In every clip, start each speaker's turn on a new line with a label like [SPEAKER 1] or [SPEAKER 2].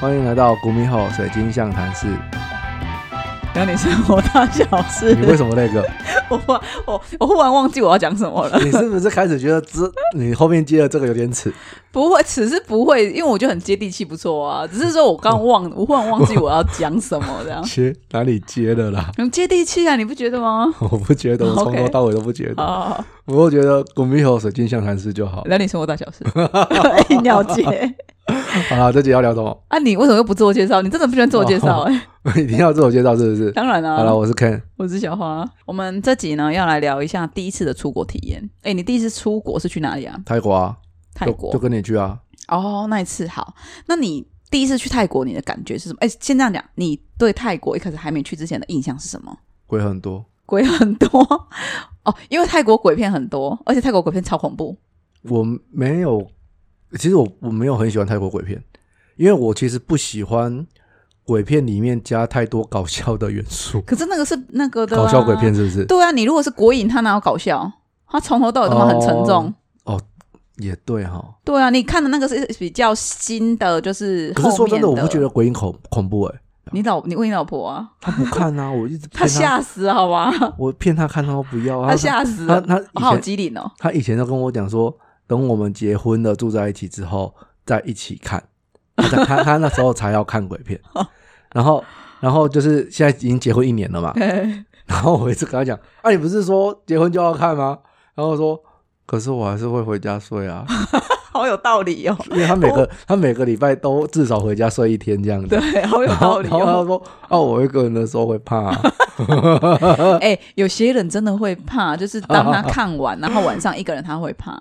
[SPEAKER 1] 欢迎来到古米吼水晶象谈 室。
[SPEAKER 2] 讲你生活大小事。
[SPEAKER 1] 你为什么那个？
[SPEAKER 2] 我忽我我忽然忘记我要讲什么了。
[SPEAKER 1] 你是不是开始觉得这你后面接的这个有点耻？
[SPEAKER 2] 不会，此是不会，因为我觉得很接地气，不错啊。只是说我刚忘，我忽然忘记我要讲什么这 样。
[SPEAKER 1] 接哪里接的啦？
[SPEAKER 2] 很接地气啊，你不觉得吗？
[SPEAKER 1] 我不觉得，我从
[SPEAKER 2] OK
[SPEAKER 1] 头到尾都不觉得。
[SPEAKER 2] 啊，
[SPEAKER 1] 我觉得古米吼水晶象谈室就 好。
[SPEAKER 2] 聊你生活大小 事，硬要接
[SPEAKER 1] 好了，这集要聊什么？
[SPEAKER 2] 啊！你为什么又不自我介绍？你真的不喜欢自我介
[SPEAKER 1] 哦
[SPEAKER 2] 绍、哎，
[SPEAKER 1] 一定要自我介绍是不是？
[SPEAKER 2] 当然
[SPEAKER 1] 好了，
[SPEAKER 2] 啊，
[SPEAKER 1] 我是 Ken。
[SPEAKER 2] 我是小花。我们这集呢要来聊一下第一次的出国体验。哎、你第一次出国是去哪里啊？
[SPEAKER 1] 泰国啊，
[SPEAKER 2] 泰
[SPEAKER 1] 就
[SPEAKER 2] 国
[SPEAKER 1] 就跟你去啊。
[SPEAKER 2] 哦，那一次好。那你第一次去泰国，你的感觉是什么？哎，先这样讲，你对泰国一开始还没去之前的印象是什么？
[SPEAKER 1] 鬼很多，
[SPEAKER 2] 鬼很多哦，因为泰国鬼片很多，而且泰国鬼片超恐怖。
[SPEAKER 1] 我没有，其实我我没有很喜欢泰国鬼片，因为我其实不喜欢鬼片里面加太多搞笑的元素，
[SPEAKER 2] 可是那个是那个的、啊
[SPEAKER 1] 搞笑鬼片。是不是？
[SPEAKER 2] 对啊，你如果是国影，他哪有搞笑？哦他从头到尾都很沉重。
[SPEAKER 1] 哦也对哈。
[SPEAKER 2] 对啊，你看的那个是比较新的，就是
[SPEAKER 1] 可是
[SPEAKER 2] 后
[SPEAKER 1] 说
[SPEAKER 2] 面
[SPEAKER 1] 真的，我不觉得鬼影恐恐怖哎、
[SPEAKER 2] 你老你问你老婆啊，
[SPEAKER 1] 他不看 啊，我一直
[SPEAKER 2] 她
[SPEAKER 1] 骗他，
[SPEAKER 2] 吓死好吧？
[SPEAKER 1] 我骗他看他都不要啊。
[SPEAKER 2] 她吓死
[SPEAKER 1] 他
[SPEAKER 2] 了，
[SPEAKER 1] 他
[SPEAKER 2] 我好
[SPEAKER 1] 以前
[SPEAKER 2] 机灵哦。
[SPEAKER 1] 他以前都跟我讲说，等我们结婚了住在一起之后再一起看， 他才他他那时候才要看鬼片，然后然后就是现在已经结婚一年了嘛，然后我一直跟他讲，啊，你不是说结婚就要看吗？然后说，可是我还是会回家睡啊，
[SPEAKER 2] 好有道理哦，
[SPEAKER 1] 因为他每 个他每个礼拜都至少回家睡一天这样子。
[SPEAKER 2] 对，好有
[SPEAKER 1] 然
[SPEAKER 2] 道
[SPEAKER 1] 后
[SPEAKER 2] 理
[SPEAKER 1] 然后
[SPEAKER 2] 哦
[SPEAKER 1] 他。说，哦，我一个人的时候会怕、啊，
[SPEAKER 2] 哎、有些人真的会怕，就是当他 看完，然后晚上一个人他会怕。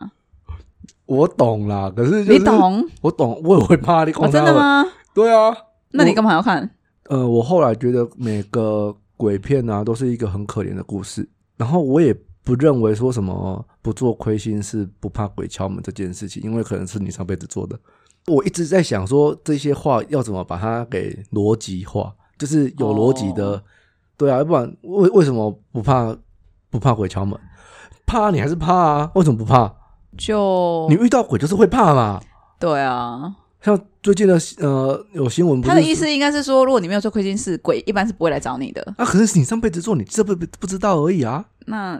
[SPEAKER 1] 我懂啦，可是、就是、
[SPEAKER 2] 你？懂？
[SPEAKER 1] 我懂，我也会怕，你
[SPEAKER 2] 哦，
[SPEAKER 1] 恐
[SPEAKER 2] 真的？吗？
[SPEAKER 1] 对啊，
[SPEAKER 2] 那你
[SPEAKER 1] 我
[SPEAKER 2] 干嘛要看？
[SPEAKER 1] 呃，我后来觉得每个鬼片啊都是一个很可怜的故事，然后我也不认为说什么不做亏心事不怕鬼敲门这件事情，因为可能是你上辈子做的。我一直在想说这些话要怎么把它给逻辑化，就是有逻辑的，
[SPEAKER 2] 哦
[SPEAKER 1] 对啊，要不然为为什么不怕不怕鬼敲门？怕你还是怕啊？为什么不怕？
[SPEAKER 2] 就
[SPEAKER 1] 你遇到鬼就是会怕嘛。
[SPEAKER 2] 对啊，
[SPEAKER 1] 像最近的呃有新闻不是，
[SPEAKER 2] 他的意思应该是说，如果你没有做亏心事，鬼一般是不会来找你的。
[SPEAKER 1] 啊，可是你上辈子做，你这辈子不知道而已啊。
[SPEAKER 2] 那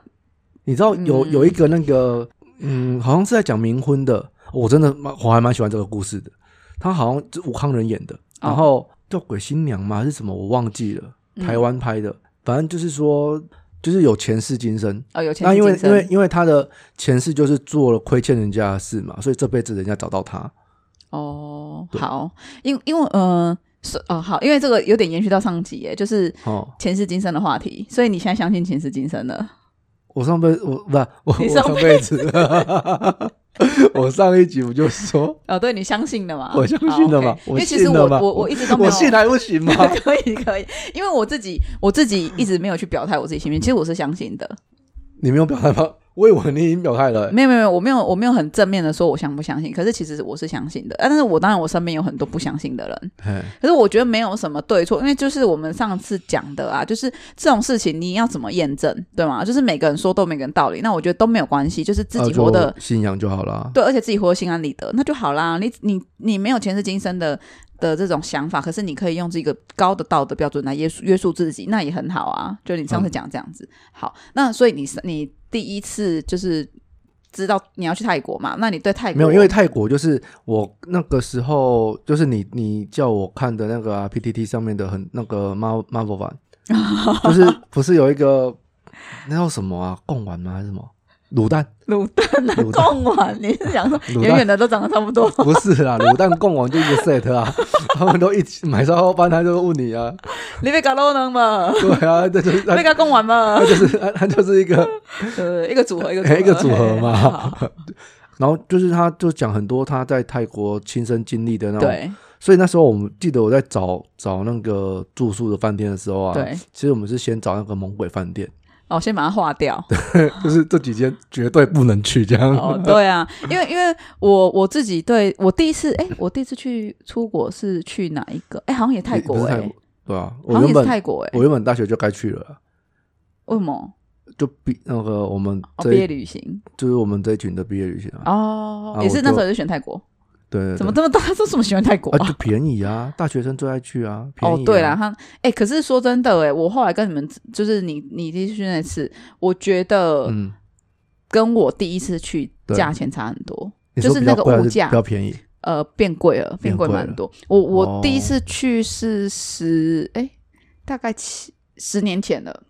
[SPEAKER 1] 你知道有
[SPEAKER 2] 嗯
[SPEAKER 1] 有一个那个，嗯，好像是在讲冥婚的，我真的蛮我还蛮喜欢这个故事的。他好像是吴康仁
[SPEAKER 2] 哦
[SPEAKER 1] 演的，然后叫《鬼新娘》吗？还是什么？我忘记了，
[SPEAKER 2] 嗯
[SPEAKER 1] 台湾拍的。反正就是说，就是有前世今生。
[SPEAKER 2] 哦，有钱
[SPEAKER 1] 那因为
[SPEAKER 2] 竞争
[SPEAKER 1] 因为因为他的前世就是做了亏欠人家的事嘛，所以这辈子人家找到他。
[SPEAKER 2] 哦，
[SPEAKER 1] 对
[SPEAKER 2] 好，因因为呃是哦好，因为这个有点延续到上集耶，就是
[SPEAKER 1] 哦，
[SPEAKER 2] 前世今生的话题，所以你现在相信前世今生了。
[SPEAKER 1] 我上辈我不是我
[SPEAKER 2] 你
[SPEAKER 1] 我
[SPEAKER 2] 上
[SPEAKER 1] 上辈子， 我上一集我就说
[SPEAKER 2] 哦，对你相信的嘛？
[SPEAKER 1] 我相信的嘛
[SPEAKER 2] 好，OK 因
[SPEAKER 1] 我
[SPEAKER 2] 为其实
[SPEAKER 1] 信的
[SPEAKER 2] 我
[SPEAKER 1] 嘛
[SPEAKER 2] 我我一直 都
[SPEAKER 1] 我
[SPEAKER 2] 没有
[SPEAKER 1] 信还不行吗？
[SPEAKER 2] 可以可以，因为我自己我自己一直没有去表态我自己信不信，其实我是相信的，
[SPEAKER 1] 你没有表态吗？我以为你已经表态了、欸
[SPEAKER 2] 没有没有没有，我没有我没有很正面的说我相不相信，可是其实我是相信的，啊、但是我当然我身边有很多不相信的人，
[SPEAKER 1] 嘿
[SPEAKER 2] 可是我觉得没有什么对错，因为就是我们上次讲的啊，就是这种事情你要怎么验证，对吗？就是每个人说都有每个人道理，那我觉得都没有关系，就是自
[SPEAKER 1] 啊
[SPEAKER 2] 己
[SPEAKER 1] 就
[SPEAKER 2] 活得
[SPEAKER 1] 信仰就好了。啊
[SPEAKER 2] 对，而且自己活得心安理得，那就好啦。你你你没有前世今生的的这种想法，可是你可以用这个高的道德标准来约束约束自己，那也很好啊。就你上
[SPEAKER 1] 嗯
[SPEAKER 2] 次讲这样子，好，那所以你是你第一次就是知道你要去泰国嘛？那你对泰国
[SPEAKER 1] 没有， 因为泰国就是我那个时候，就是你你叫我看的那个、啊、PTT 上面的很那个 Mar- Marvel 版，就是不是有一个那叫什么啊？贡丸吗？还是什么卤 蛋？
[SPEAKER 2] 卤蛋啊
[SPEAKER 1] 卤蛋
[SPEAKER 2] 贡丸，你是想说
[SPEAKER 1] 卤蛋？
[SPEAKER 2] 远远的都长得差不多
[SPEAKER 1] 不是啦，卤蛋贡丸就一个 set 啊， 他们都一起买烧后班，他就问你啊，
[SPEAKER 2] 你被搞漏能 吗？
[SPEAKER 1] 对啊，这就是他
[SPEAKER 2] 被搞贡丸吗
[SPEAKER 1] 他？就是他他就是一个
[SPEAKER 2] 呃，一个组合，一个合
[SPEAKER 1] 一个组合嘛
[SPEAKER 2] 嘿好 好好
[SPEAKER 1] 然后就是他就讲很多他在泰国亲身经历的那种，
[SPEAKER 2] 对
[SPEAKER 1] 所以那时候我们记得我在找找那个住宿的饭店的时候啊，，
[SPEAKER 2] 对，
[SPEAKER 1] 其实我们是先找那个猛鬼饭店，
[SPEAKER 2] 哦，先把它划掉。
[SPEAKER 1] 就是这几间绝对不能去这 样。
[SPEAKER 2] 哦，对啊，因为因为我我自己对我第一次哎，我第一次去出国是去哪一个？哎，好像也泰
[SPEAKER 1] 不
[SPEAKER 2] 国
[SPEAKER 1] 是
[SPEAKER 2] 哎、
[SPEAKER 1] 泰国对啊，
[SPEAKER 2] 好
[SPEAKER 1] 我
[SPEAKER 2] 像
[SPEAKER 1] 原
[SPEAKER 2] 也是
[SPEAKER 1] 本
[SPEAKER 2] 泰国哎、
[SPEAKER 1] 我原本大学就该去了啊，
[SPEAKER 2] 为什么？
[SPEAKER 1] 就毕那个我们
[SPEAKER 2] 哦，
[SPEAKER 1] 这
[SPEAKER 2] 毕业
[SPEAKER 1] 一
[SPEAKER 2] 旅行
[SPEAKER 1] 就是我们这一群的毕业旅行啊，
[SPEAKER 2] 哦，
[SPEAKER 1] 啊
[SPEAKER 2] 也是
[SPEAKER 1] 我
[SPEAKER 2] 那
[SPEAKER 1] 就
[SPEAKER 2] 时候就选泰国
[SPEAKER 1] 对对对，
[SPEAKER 2] 怎么这么大家都这么喜欢泰国
[SPEAKER 1] 啊？
[SPEAKER 2] 啊
[SPEAKER 1] 就？便宜啊，大学生最爱去啊，便宜、
[SPEAKER 2] 哦，对啦，，他哎、可是说真的哎、我后来跟你们就是你你第一次去那次，我觉得
[SPEAKER 1] 嗯，
[SPEAKER 2] 跟我第一次去
[SPEAKER 1] 对
[SPEAKER 2] 价钱差很多，
[SPEAKER 1] 你
[SPEAKER 2] 就
[SPEAKER 1] 说
[SPEAKER 2] 是
[SPEAKER 1] 比
[SPEAKER 2] 那
[SPEAKER 1] 较
[SPEAKER 2] 个
[SPEAKER 1] 贵还
[SPEAKER 2] 物
[SPEAKER 1] 是
[SPEAKER 2] 价
[SPEAKER 1] 比较便宜，
[SPEAKER 2] 呃，变贵了，变
[SPEAKER 1] 变
[SPEAKER 2] 贵
[SPEAKER 1] 贵
[SPEAKER 2] 蛮
[SPEAKER 1] 了
[SPEAKER 2] 多。我我
[SPEAKER 1] 哦
[SPEAKER 2] 第一次去是十哎、大概七十年前了。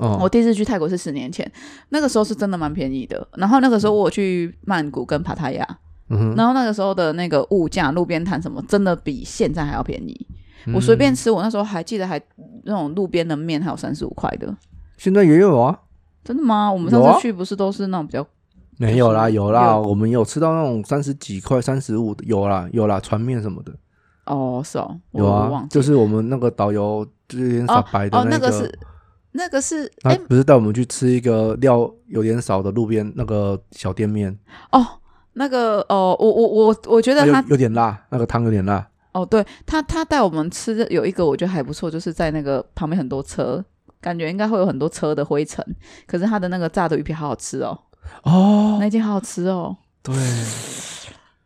[SPEAKER 1] 哦，
[SPEAKER 2] 我第一次去泰国是十年前，那个时候是真的蛮便宜的。然后那个时候我有去曼谷跟帕塔亚，
[SPEAKER 1] 嗯哼，
[SPEAKER 2] 然后那个时候的那个物价、路边摊什么，真的比现在还要便宜。我随便
[SPEAKER 1] 嗯，
[SPEAKER 2] 吃，我那时候还记得还那种路边的面还有三十五块的，
[SPEAKER 1] 现在也有啊，
[SPEAKER 2] 真的吗？我们
[SPEAKER 1] 有
[SPEAKER 2] 上次
[SPEAKER 1] 啊
[SPEAKER 2] 去不是都是那种比较
[SPEAKER 1] 没有啦，
[SPEAKER 2] 就是
[SPEAKER 1] 有啦，
[SPEAKER 2] 有
[SPEAKER 1] 我们有吃到那种三十几块、三十五的，有啦，有啦，船面什么的，
[SPEAKER 2] 哦是哦，我
[SPEAKER 1] 有
[SPEAKER 2] 我
[SPEAKER 1] 啊
[SPEAKER 2] 忘，记
[SPEAKER 1] 就是我们那个导游就是有点傻白的
[SPEAKER 2] 哦那
[SPEAKER 1] 个，
[SPEAKER 2] 是那个是
[SPEAKER 1] 他
[SPEAKER 2] 哎、
[SPEAKER 1] 不是带我们去吃一个料有点少的路边那个小店面，
[SPEAKER 2] 哦那个哦我我我我觉得
[SPEAKER 1] 啊
[SPEAKER 2] 他
[SPEAKER 1] 有有点辣，那个汤有点辣，
[SPEAKER 2] 哦，对他，他带我们吃的有一个我觉得还不错，就是在那个旁边很多车，感觉应该会有很多车的灰尘。可是他的那个炸的鱼片好好吃哦，
[SPEAKER 1] 哦，
[SPEAKER 2] 那一间好好吃哦，
[SPEAKER 1] 对，嗯
[SPEAKER 2] 真的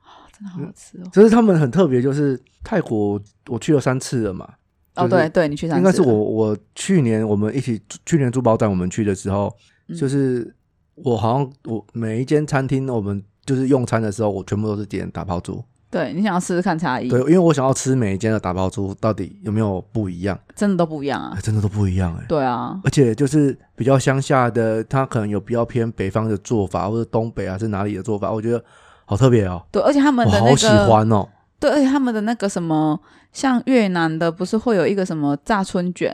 [SPEAKER 2] 好好吃哦。
[SPEAKER 1] 就是他们很特别，就是泰国我去了三次了嘛，
[SPEAKER 2] 哦，
[SPEAKER 1] 就是
[SPEAKER 2] 对对，你去三
[SPEAKER 1] 应该是
[SPEAKER 2] 次
[SPEAKER 1] 我
[SPEAKER 2] 了，
[SPEAKER 1] 我去年我们一起去年珠宝展我们去的时候，
[SPEAKER 2] 嗯
[SPEAKER 1] 就是我好像我每一间餐厅我们就是用餐的时候，我全部都是点打包猪，
[SPEAKER 2] 对你想要试试看差异
[SPEAKER 1] 对，，因为我想要吃每一间的打包猪到底有没有不一样，
[SPEAKER 2] 真的都不一样啊
[SPEAKER 1] 哎。真的都不一样哎、
[SPEAKER 2] 对啊，
[SPEAKER 1] 而且就是比较乡下的，它可能有比较偏北方的做法，或者东北啊还是哪里的做法，我觉得好特别哦，
[SPEAKER 2] 对，而且他们
[SPEAKER 1] 我
[SPEAKER 2] 的
[SPEAKER 1] 好
[SPEAKER 2] 那
[SPEAKER 1] 喜
[SPEAKER 2] 个，
[SPEAKER 1] 欢哦。
[SPEAKER 2] 对，而且他们的那个什么，像越南的不是会有一个什么炸春卷，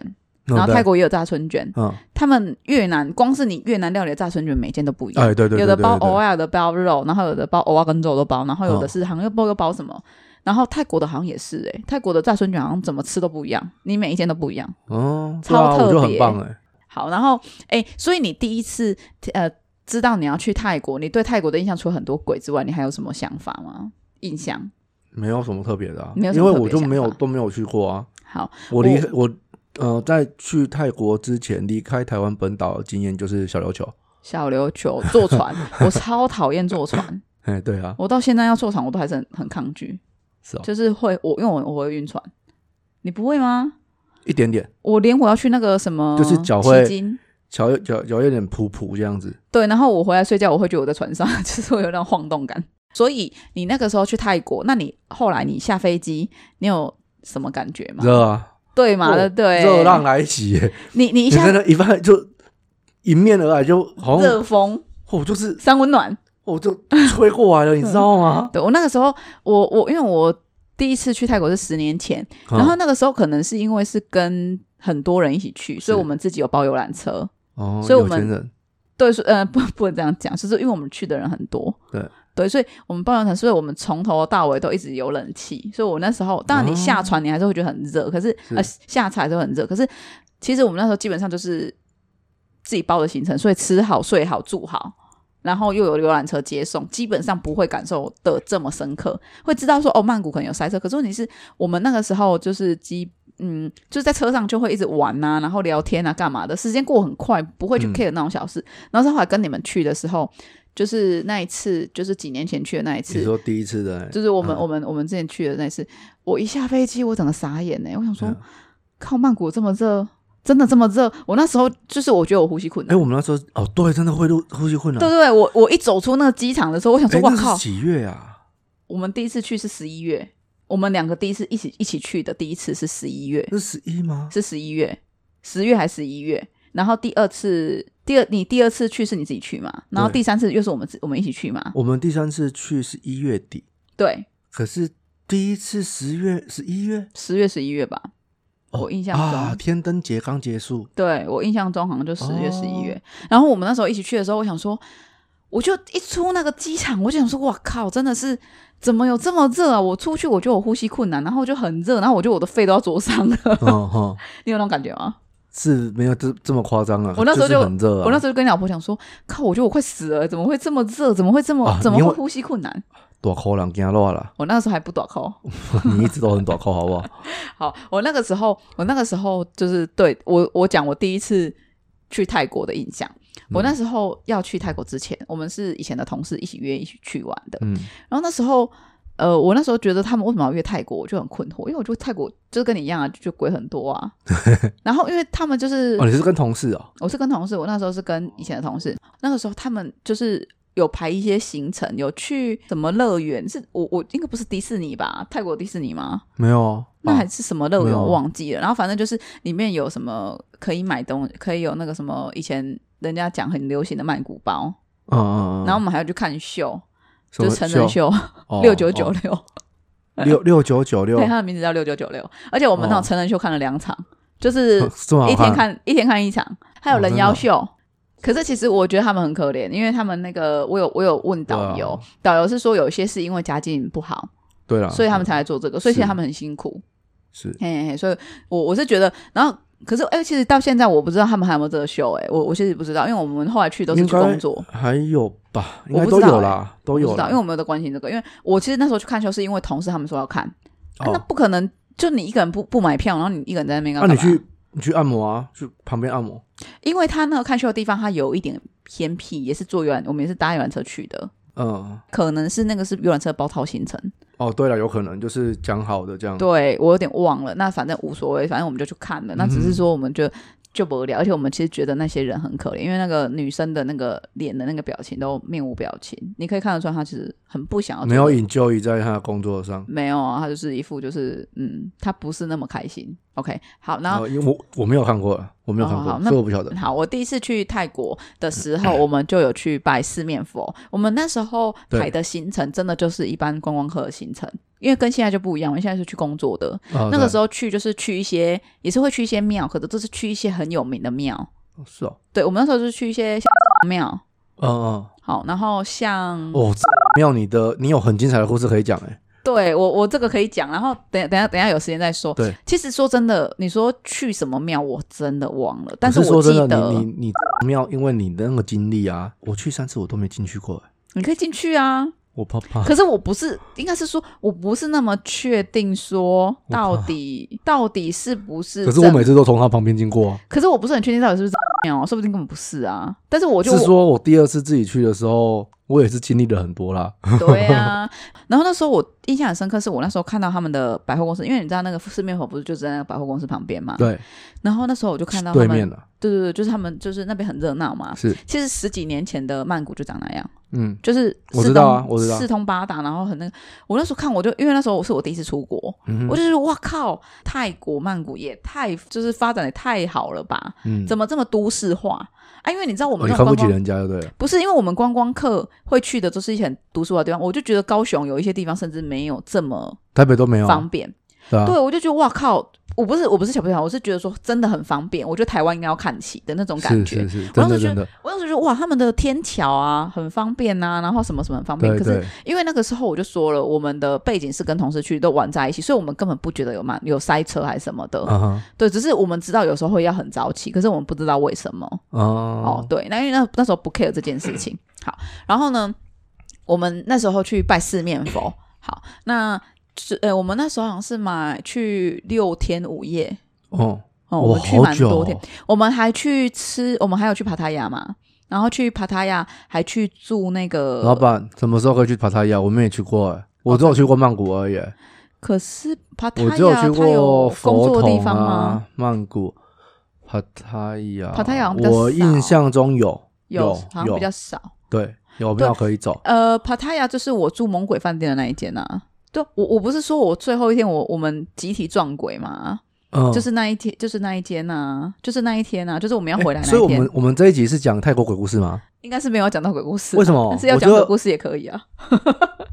[SPEAKER 2] 然
[SPEAKER 1] 嗯
[SPEAKER 2] 后
[SPEAKER 1] 对
[SPEAKER 2] 泰国也有炸春卷，
[SPEAKER 1] 嗯，
[SPEAKER 2] 他们越南光是你越南料理的炸春卷，每间都不一样。
[SPEAKER 1] 哎，对对对，
[SPEAKER 2] 有的
[SPEAKER 1] 对
[SPEAKER 2] 包
[SPEAKER 1] 对嗯
[SPEAKER 2] 藕啊，有的包肉，然后有的包藕啊跟肉都包，然后有的是好像又包又包什么，然后泰国的好像也是哎、泰国的炸春卷好像怎么吃都不一样，你每一间都不一样。
[SPEAKER 1] 嗯，
[SPEAKER 2] 超
[SPEAKER 1] 对啊我
[SPEAKER 2] 特
[SPEAKER 1] 觉得很
[SPEAKER 2] 别
[SPEAKER 1] 棒哎。
[SPEAKER 2] 好，然后哎，所以你第一次呃知道你要去泰国，你对泰国的印象除了很多鬼之外，你还有什么想法吗？印象
[SPEAKER 1] 没有什么特别的、啊，
[SPEAKER 2] 没有什
[SPEAKER 1] 因
[SPEAKER 2] 么
[SPEAKER 1] 为
[SPEAKER 2] 特
[SPEAKER 1] 我
[SPEAKER 2] 别
[SPEAKER 1] 就
[SPEAKER 2] 想
[SPEAKER 1] 没有
[SPEAKER 2] 法
[SPEAKER 1] 都没有去过啊。
[SPEAKER 2] 好，
[SPEAKER 1] 我离开我呃，在去泰国之前，离开台湾本岛的经验就是小琉球。
[SPEAKER 2] 小琉球 坐船，我超讨厌坐船，
[SPEAKER 1] 哎，对啊，
[SPEAKER 2] 我到现在要坐船我都还是很很抗拒，
[SPEAKER 1] 是哦，
[SPEAKER 2] 就是会我因为我我会晕船，你不会吗？
[SPEAKER 1] 一点点，
[SPEAKER 2] 我连我要去那个什么，
[SPEAKER 1] 就是脚会
[SPEAKER 2] 奇经
[SPEAKER 1] 脚脚脚有点扑扑这样子。
[SPEAKER 2] 对，然后我回来睡觉，我会觉得我在船上， 就是会有那种晃动感。所以你那个时候去泰国，那你后来你下飞机，你有什么感觉吗？
[SPEAKER 1] 热啊，
[SPEAKER 2] 对嘛
[SPEAKER 1] 热
[SPEAKER 2] 的，哦对，
[SPEAKER 1] 热浪来袭欸耶，
[SPEAKER 2] 你你一
[SPEAKER 1] 你
[SPEAKER 2] 下
[SPEAKER 1] 真的一哦半就迎面而来，就好像
[SPEAKER 2] 热风
[SPEAKER 1] 我就是
[SPEAKER 2] 三温暖。
[SPEAKER 1] 我就吹过来
[SPEAKER 2] 嗯
[SPEAKER 1] 了，你知道吗？
[SPEAKER 2] 对我那个时候，我我因为我第一次去泰国是十年前，
[SPEAKER 1] 嗯
[SPEAKER 2] 然后那个时候可能是因为是跟很多人一起去，所
[SPEAKER 1] 是
[SPEAKER 2] 以我们自己有包游览车，
[SPEAKER 1] 哦，
[SPEAKER 2] 所以我
[SPEAKER 1] 有
[SPEAKER 2] 们
[SPEAKER 1] 钱人
[SPEAKER 2] 对，是呃，不 不能这样讲，就是因为我们去的人很多，
[SPEAKER 1] 对
[SPEAKER 2] 对，所以我们包游船，所以我们从头到尾都一直有冷气，所以我那时候，当然你下船你还是会觉得很热，可是
[SPEAKER 1] 是
[SPEAKER 2] 呃下船还是会很热，可是其实我们那时候基本上就是自己包的行程，所以吃好睡好住好。然后又有游览车接送，基本上不会感受的这么深刻，会知道说哦，曼谷可能有塞车。可是问题是我们那个时候就是基嗯，就是在车上就会一直玩呐、然后聊天啊，干嘛的，时间过很快，不会去
[SPEAKER 1] 嗯
[SPEAKER 2] care 那种小事。然后是后来跟你们去的时候，就是那一次，就是几年前去的那一
[SPEAKER 1] 你
[SPEAKER 2] 次，
[SPEAKER 1] 说第一次的哎，
[SPEAKER 2] 就是我们、
[SPEAKER 1] 嗯
[SPEAKER 2] 我们我们之前去的那一次，我一下飞机，我整个傻眼欸呢、我想说，
[SPEAKER 1] 嗯
[SPEAKER 2] 靠，曼谷这么热，真的这么热？我那时候就是我觉得我呼吸困
[SPEAKER 1] 哎，
[SPEAKER 2] 难。
[SPEAKER 1] 我们那时候哦，对，真的会录呼吸困
[SPEAKER 2] 对
[SPEAKER 1] 难。
[SPEAKER 2] 对对，我我一走出那个机场的时候，我想说，
[SPEAKER 1] 哎，
[SPEAKER 2] 我
[SPEAKER 1] 那
[SPEAKER 2] 靠
[SPEAKER 1] 是！几月啊？
[SPEAKER 2] 我们第一次去是十一月，我们两个第一次一起一起去的第一次是十一月，
[SPEAKER 1] 是十一吗？
[SPEAKER 2] 是十一月，十月还是十一月？然后第二次，第二你第二次去是你自己去嘛？然后
[SPEAKER 1] 对
[SPEAKER 2] 第三次又是我们自我们一起去嘛？
[SPEAKER 1] 我们第三次去是一月底，
[SPEAKER 2] 对，
[SPEAKER 1] 可是第一次十月十一月，
[SPEAKER 2] 十月十一月吧，
[SPEAKER 1] 哦
[SPEAKER 2] 我印象中。
[SPEAKER 1] 啊，天灯节刚结束，
[SPEAKER 2] 对我印象中好像就十月、
[SPEAKER 1] 哦
[SPEAKER 2] 十一月。然后我们那时候一起去的时候，我想说，我就一出那个机场，我就想说，哇靠，真的是怎么有这么热啊！我出去我就有呼吸困难，然后就很热，然后我觉得我的肺都要灼伤了。
[SPEAKER 1] 嗯哼，
[SPEAKER 2] 你有那种感觉吗？
[SPEAKER 1] 是没有这这么夸张啊。
[SPEAKER 2] 我那时候
[SPEAKER 1] 是
[SPEAKER 2] 就
[SPEAKER 1] 很热啊，
[SPEAKER 2] 我那时候就跟你老婆讲说，靠，我觉得我快死了，怎么会这么热？怎么会这么、
[SPEAKER 1] 啊
[SPEAKER 2] 怎么
[SPEAKER 1] 你
[SPEAKER 2] 会
[SPEAKER 1] 有
[SPEAKER 2] 呼吸困难？
[SPEAKER 1] 大口人惊落了，
[SPEAKER 2] 我那个时候还不短扣。
[SPEAKER 1] 你一直都很大口，好不好？
[SPEAKER 2] 好，我那个时候，我那个时候就是对我，我讲我第一次去泰国的印象。我那时候要去泰国之前，我们是以前的同事一起约一起去玩的。
[SPEAKER 1] 嗯，
[SPEAKER 2] 然后那时候呃，我那时候觉得他们为什么要约泰国，我就很困惑，因为我觉得泰国就是跟你一样啊，就就鬼很多啊。 然后因为他们就是
[SPEAKER 1] 哦，你是跟同事哦，
[SPEAKER 2] 我是跟同事，我那时候是跟以前的同事，那个时候他们就是有排一些行程，有去什么乐园，是我我应该不是迪士尼吧？泰国迪士尼吗？
[SPEAKER 1] 没有哦，
[SPEAKER 2] 那
[SPEAKER 1] 啊
[SPEAKER 2] 还是什么乐
[SPEAKER 1] 没
[SPEAKER 2] 园
[SPEAKER 1] 有
[SPEAKER 2] 我忘记了。然后反正就是里面有什么可以买东，可以有那个什么以前人家讲很流行的曼谷包，
[SPEAKER 1] 嗯嗯嗯，
[SPEAKER 2] 哦然后我们还要去看秀，
[SPEAKER 1] 什
[SPEAKER 2] 就
[SPEAKER 1] 么
[SPEAKER 2] 是成人
[SPEAKER 1] 秀
[SPEAKER 2] 秀
[SPEAKER 1] 哦
[SPEAKER 2] 六九九
[SPEAKER 1] 哦
[SPEAKER 2] 六，
[SPEAKER 1] 六六九九六
[SPEAKER 2] 对，，它的名字叫六九九六。而且我们那
[SPEAKER 1] 哦
[SPEAKER 2] 种成人秀看了两场，就是
[SPEAKER 1] 哦这么好
[SPEAKER 2] 一天看一天看一场，还有
[SPEAKER 1] 哦
[SPEAKER 2] 人
[SPEAKER 1] 真的
[SPEAKER 2] 妖
[SPEAKER 1] 哦
[SPEAKER 2] 秀。可是其实我觉得他们很可怜，因为他们那个我有我有问导游，
[SPEAKER 1] 对啊
[SPEAKER 2] 导游是说有些是因为家境不好，
[SPEAKER 1] 对了，
[SPEAKER 2] 所以他们
[SPEAKER 1] 嗯
[SPEAKER 2] 才来做这个，所以其实
[SPEAKER 1] 是
[SPEAKER 2] 他们很辛苦。
[SPEAKER 1] 是
[SPEAKER 2] 嘿嘿嘿，所以我我是觉得，然后可是哎、其实到现在我不知道他们还有没有这个秀、哎，我我其实不知道，因为我们后来去都是
[SPEAKER 1] 应
[SPEAKER 2] 去
[SPEAKER 1] 该
[SPEAKER 2] 工作。
[SPEAKER 1] 还有吧，应
[SPEAKER 2] 我
[SPEAKER 1] 该
[SPEAKER 2] 不
[SPEAKER 1] 都
[SPEAKER 2] 知道
[SPEAKER 1] 有
[SPEAKER 2] 欸
[SPEAKER 1] 啦，都
[SPEAKER 2] 不
[SPEAKER 1] 有
[SPEAKER 2] 知道，
[SPEAKER 1] 啦，
[SPEAKER 2] 因为我没有在关心这个，因为我其实那时候去看秀是因为同事他们说要看，啊那
[SPEAKER 1] 哦，
[SPEAKER 2] 不可能，就你一个人不不买票，然后你一个人在那边干
[SPEAKER 1] 那
[SPEAKER 2] 嘛？
[SPEAKER 1] 你去你去按摩啊，去旁边按摩，
[SPEAKER 2] 因为他那个看秀的地方，它有一点偏僻，也是坐游览，我们也是搭游览车去的，
[SPEAKER 1] 嗯，
[SPEAKER 2] 可能是那个是游览车包套行程，
[SPEAKER 1] 哦，对了，有可能就是讲好的这样，
[SPEAKER 2] 对我有点忘了，那反正无所谓，反正我们就去看了，那只是说我们就。就不聊，而且我们其实觉得那些人很可怜，因为那个女生的那个脸的那个表情都面无表情，你可以看得出来她其实很不想要做
[SPEAKER 1] 没有 enjoy 在他的工作上。
[SPEAKER 2] 没有啊，她就是一副就是嗯，她不是那么开心。OK，好，然后
[SPEAKER 1] 哦，因为我我没有看过，啊我没有看
[SPEAKER 2] 哦好
[SPEAKER 1] 过，
[SPEAKER 2] 那
[SPEAKER 1] 所以我不晓得。
[SPEAKER 2] 好，我第一次去泰国的时候，我们就有去拜四面佛。我们那时候
[SPEAKER 1] 嗯对
[SPEAKER 2] 排的行程真的就是一般观光客的行程，因为跟现在就不一样。我们现在是去工作的，
[SPEAKER 1] 那
[SPEAKER 2] 那个时候去就是去一些，也是会去一些庙，可是这是去一些很有名的庙。
[SPEAKER 1] 候是哦，
[SPEAKER 2] 对，我们那时候就是去一些像庙，
[SPEAKER 1] 嗯嗯，
[SPEAKER 2] 好，然后像、
[SPEAKER 1] 哦，这妙，你的你有很精彩的故事可以讲哎，
[SPEAKER 2] 对我我这个可以讲，然后等等一下等一下有时间再说。
[SPEAKER 1] 对，
[SPEAKER 2] 其实说真的，你说去什么庙，我真的忘了，但
[SPEAKER 1] 可是
[SPEAKER 2] 我
[SPEAKER 1] 说
[SPEAKER 2] 记
[SPEAKER 1] 真
[SPEAKER 2] 得
[SPEAKER 1] 的，你你你妙，因为你的那个经历啊，我去三次我都没进去过哎，
[SPEAKER 2] 你可以进去啊，
[SPEAKER 1] 我怕怕。
[SPEAKER 2] 可是我不是，应该是说我不是那么确定说
[SPEAKER 1] 我怕
[SPEAKER 2] 到底到底是不是
[SPEAKER 1] 可
[SPEAKER 2] 正。
[SPEAKER 1] 是我每次都从他旁边经过啊，
[SPEAKER 2] 可是我不是很确定到底是不是这样哦，说不定根本不是啊。但是我就是
[SPEAKER 1] 说我第二次自己去的时候，我也是经历了很多啦。
[SPEAKER 2] 对啊。然后那时候我印象很深刻，是我那时候看到他们的百货公司，因为你知道那个四面佛不是就在那个百货公司旁边嘛。。
[SPEAKER 1] 对，
[SPEAKER 2] 然后那时候我就看到他
[SPEAKER 1] 对
[SPEAKER 2] 们，啊
[SPEAKER 1] 面的
[SPEAKER 2] 对对对，就是他们就是那边很热闹嘛。
[SPEAKER 1] 是，
[SPEAKER 2] 其实十几年前的曼谷就长那样。
[SPEAKER 1] 嗯，
[SPEAKER 2] 就是
[SPEAKER 1] 我
[SPEAKER 2] 四
[SPEAKER 1] 知道
[SPEAKER 2] 通
[SPEAKER 1] 啊我知道
[SPEAKER 2] 四通八达，然后很那个。我那时候看，我就因为那时候我是我第一次出国，
[SPEAKER 1] 嗯哼
[SPEAKER 2] 我就觉得哇靠，泰国曼谷也太就是发展的太好了吧？
[SPEAKER 1] 嗯
[SPEAKER 2] 怎么这么都市化啊？因为你知道我
[SPEAKER 1] 哦
[SPEAKER 2] 们
[SPEAKER 1] 你
[SPEAKER 2] 这
[SPEAKER 1] 看
[SPEAKER 2] 种
[SPEAKER 1] 不
[SPEAKER 2] 观
[SPEAKER 1] 起
[SPEAKER 2] 光。
[SPEAKER 1] 人家就对了，
[SPEAKER 2] 不是因为我们观光客会去的都是一些很都市化的地方，我就觉得高雄有一些地方甚至没有这么
[SPEAKER 1] 台北都没有啊，
[SPEAKER 2] 方便。
[SPEAKER 1] 对啊，
[SPEAKER 2] 对，我就觉得哇靠，我不是我不是小朋友，我是觉得说真的很方便，我觉得台湾应该要看齐的那种感
[SPEAKER 1] 是
[SPEAKER 2] 觉。
[SPEAKER 1] 是是，
[SPEAKER 2] 我
[SPEAKER 1] 真
[SPEAKER 2] 当
[SPEAKER 1] 的
[SPEAKER 2] 时觉
[SPEAKER 1] 真
[SPEAKER 2] 得
[SPEAKER 1] 的，
[SPEAKER 2] 我当时觉得哇，他们的天桥啊很方便呐、然后什么什么很方便。
[SPEAKER 1] 对
[SPEAKER 2] 可是
[SPEAKER 1] 对，
[SPEAKER 2] 因为那个时候我就说了，我们的背景是跟同事去都玩在一起，所以我们根本不觉得有慢有塞车还是什么的。
[SPEAKER 1] 啊哈，
[SPEAKER 2] 对，只是我们知道有时候会要很早起，可是我们不知道为什么。哦，
[SPEAKER 1] 哦，
[SPEAKER 2] 对，那因为那那时候不 care 这件事情。好，然后呢，我们那时候去拜四面佛。好，那是呃，我们那时候好像是买去六天五夜。
[SPEAKER 1] 哦，
[SPEAKER 2] 哦，我
[SPEAKER 1] 我
[SPEAKER 2] 们去蛮
[SPEAKER 1] 好久
[SPEAKER 2] 多天
[SPEAKER 1] 哦，，
[SPEAKER 2] 我们还去吃，我们还有去帕塔亚嘛，然后去帕塔亚还去住那个
[SPEAKER 1] 老板什么时候可以去帕塔亚？我们也去过哎，我
[SPEAKER 2] 哦
[SPEAKER 1] 只有去过曼谷而已欸，
[SPEAKER 2] 可是帕塔
[SPEAKER 1] 我
[SPEAKER 2] 亚
[SPEAKER 1] 只有去
[SPEAKER 2] 它有
[SPEAKER 1] 过
[SPEAKER 2] 工
[SPEAKER 1] 佛
[SPEAKER 2] 作的地
[SPEAKER 1] 统
[SPEAKER 2] 方吗？
[SPEAKER 1] 啊、曼谷、帕塔亚，
[SPEAKER 2] 帕塔亚好像比较
[SPEAKER 1] 我印
[SPEAKER 2] 少
[SPEAKER 1] 象中有有
[SPEAKER 2] 好像比较少。
[SPEAKER 1] 对有
[SPEAKER 2] 对
[SPEAKER 1] 庙可以走，
[SPEAKER 2] 呃，帕塔亚就是我住猛鬼饭店的那一间啊。对，我我不是说我最后一天我我们集体撞鬼嘛，
[SPEAKER 1] 嗯，
[SPEAKER 2] 就是那一天，就是那一天呐、就是那一天呐、就是我们要
[SPEAKER 1] 欸
[SPEAKER 2] 回来那
[SPEAKER 1] 所以
[SPEAKER 2] 一
[SPEAKER 1] 我
[SPEAKER 2] 天，
[SPEAKER 1] 们我们这一集是讲泰国鬼故事吗？
[SPEAKER 2] 应该是没有讲到鬼故事啊，
[SPEAKER 1] 为什么
[SPEAKER 2] 但是要
[SPEAKER 1] 我
[SPEAKER 2] 讲
[SPEAKER 1] 觉
[SPEAKER 2] 鬼
[SPEAKER 1] 得
[SPEAKER 2] 故事也可以啊，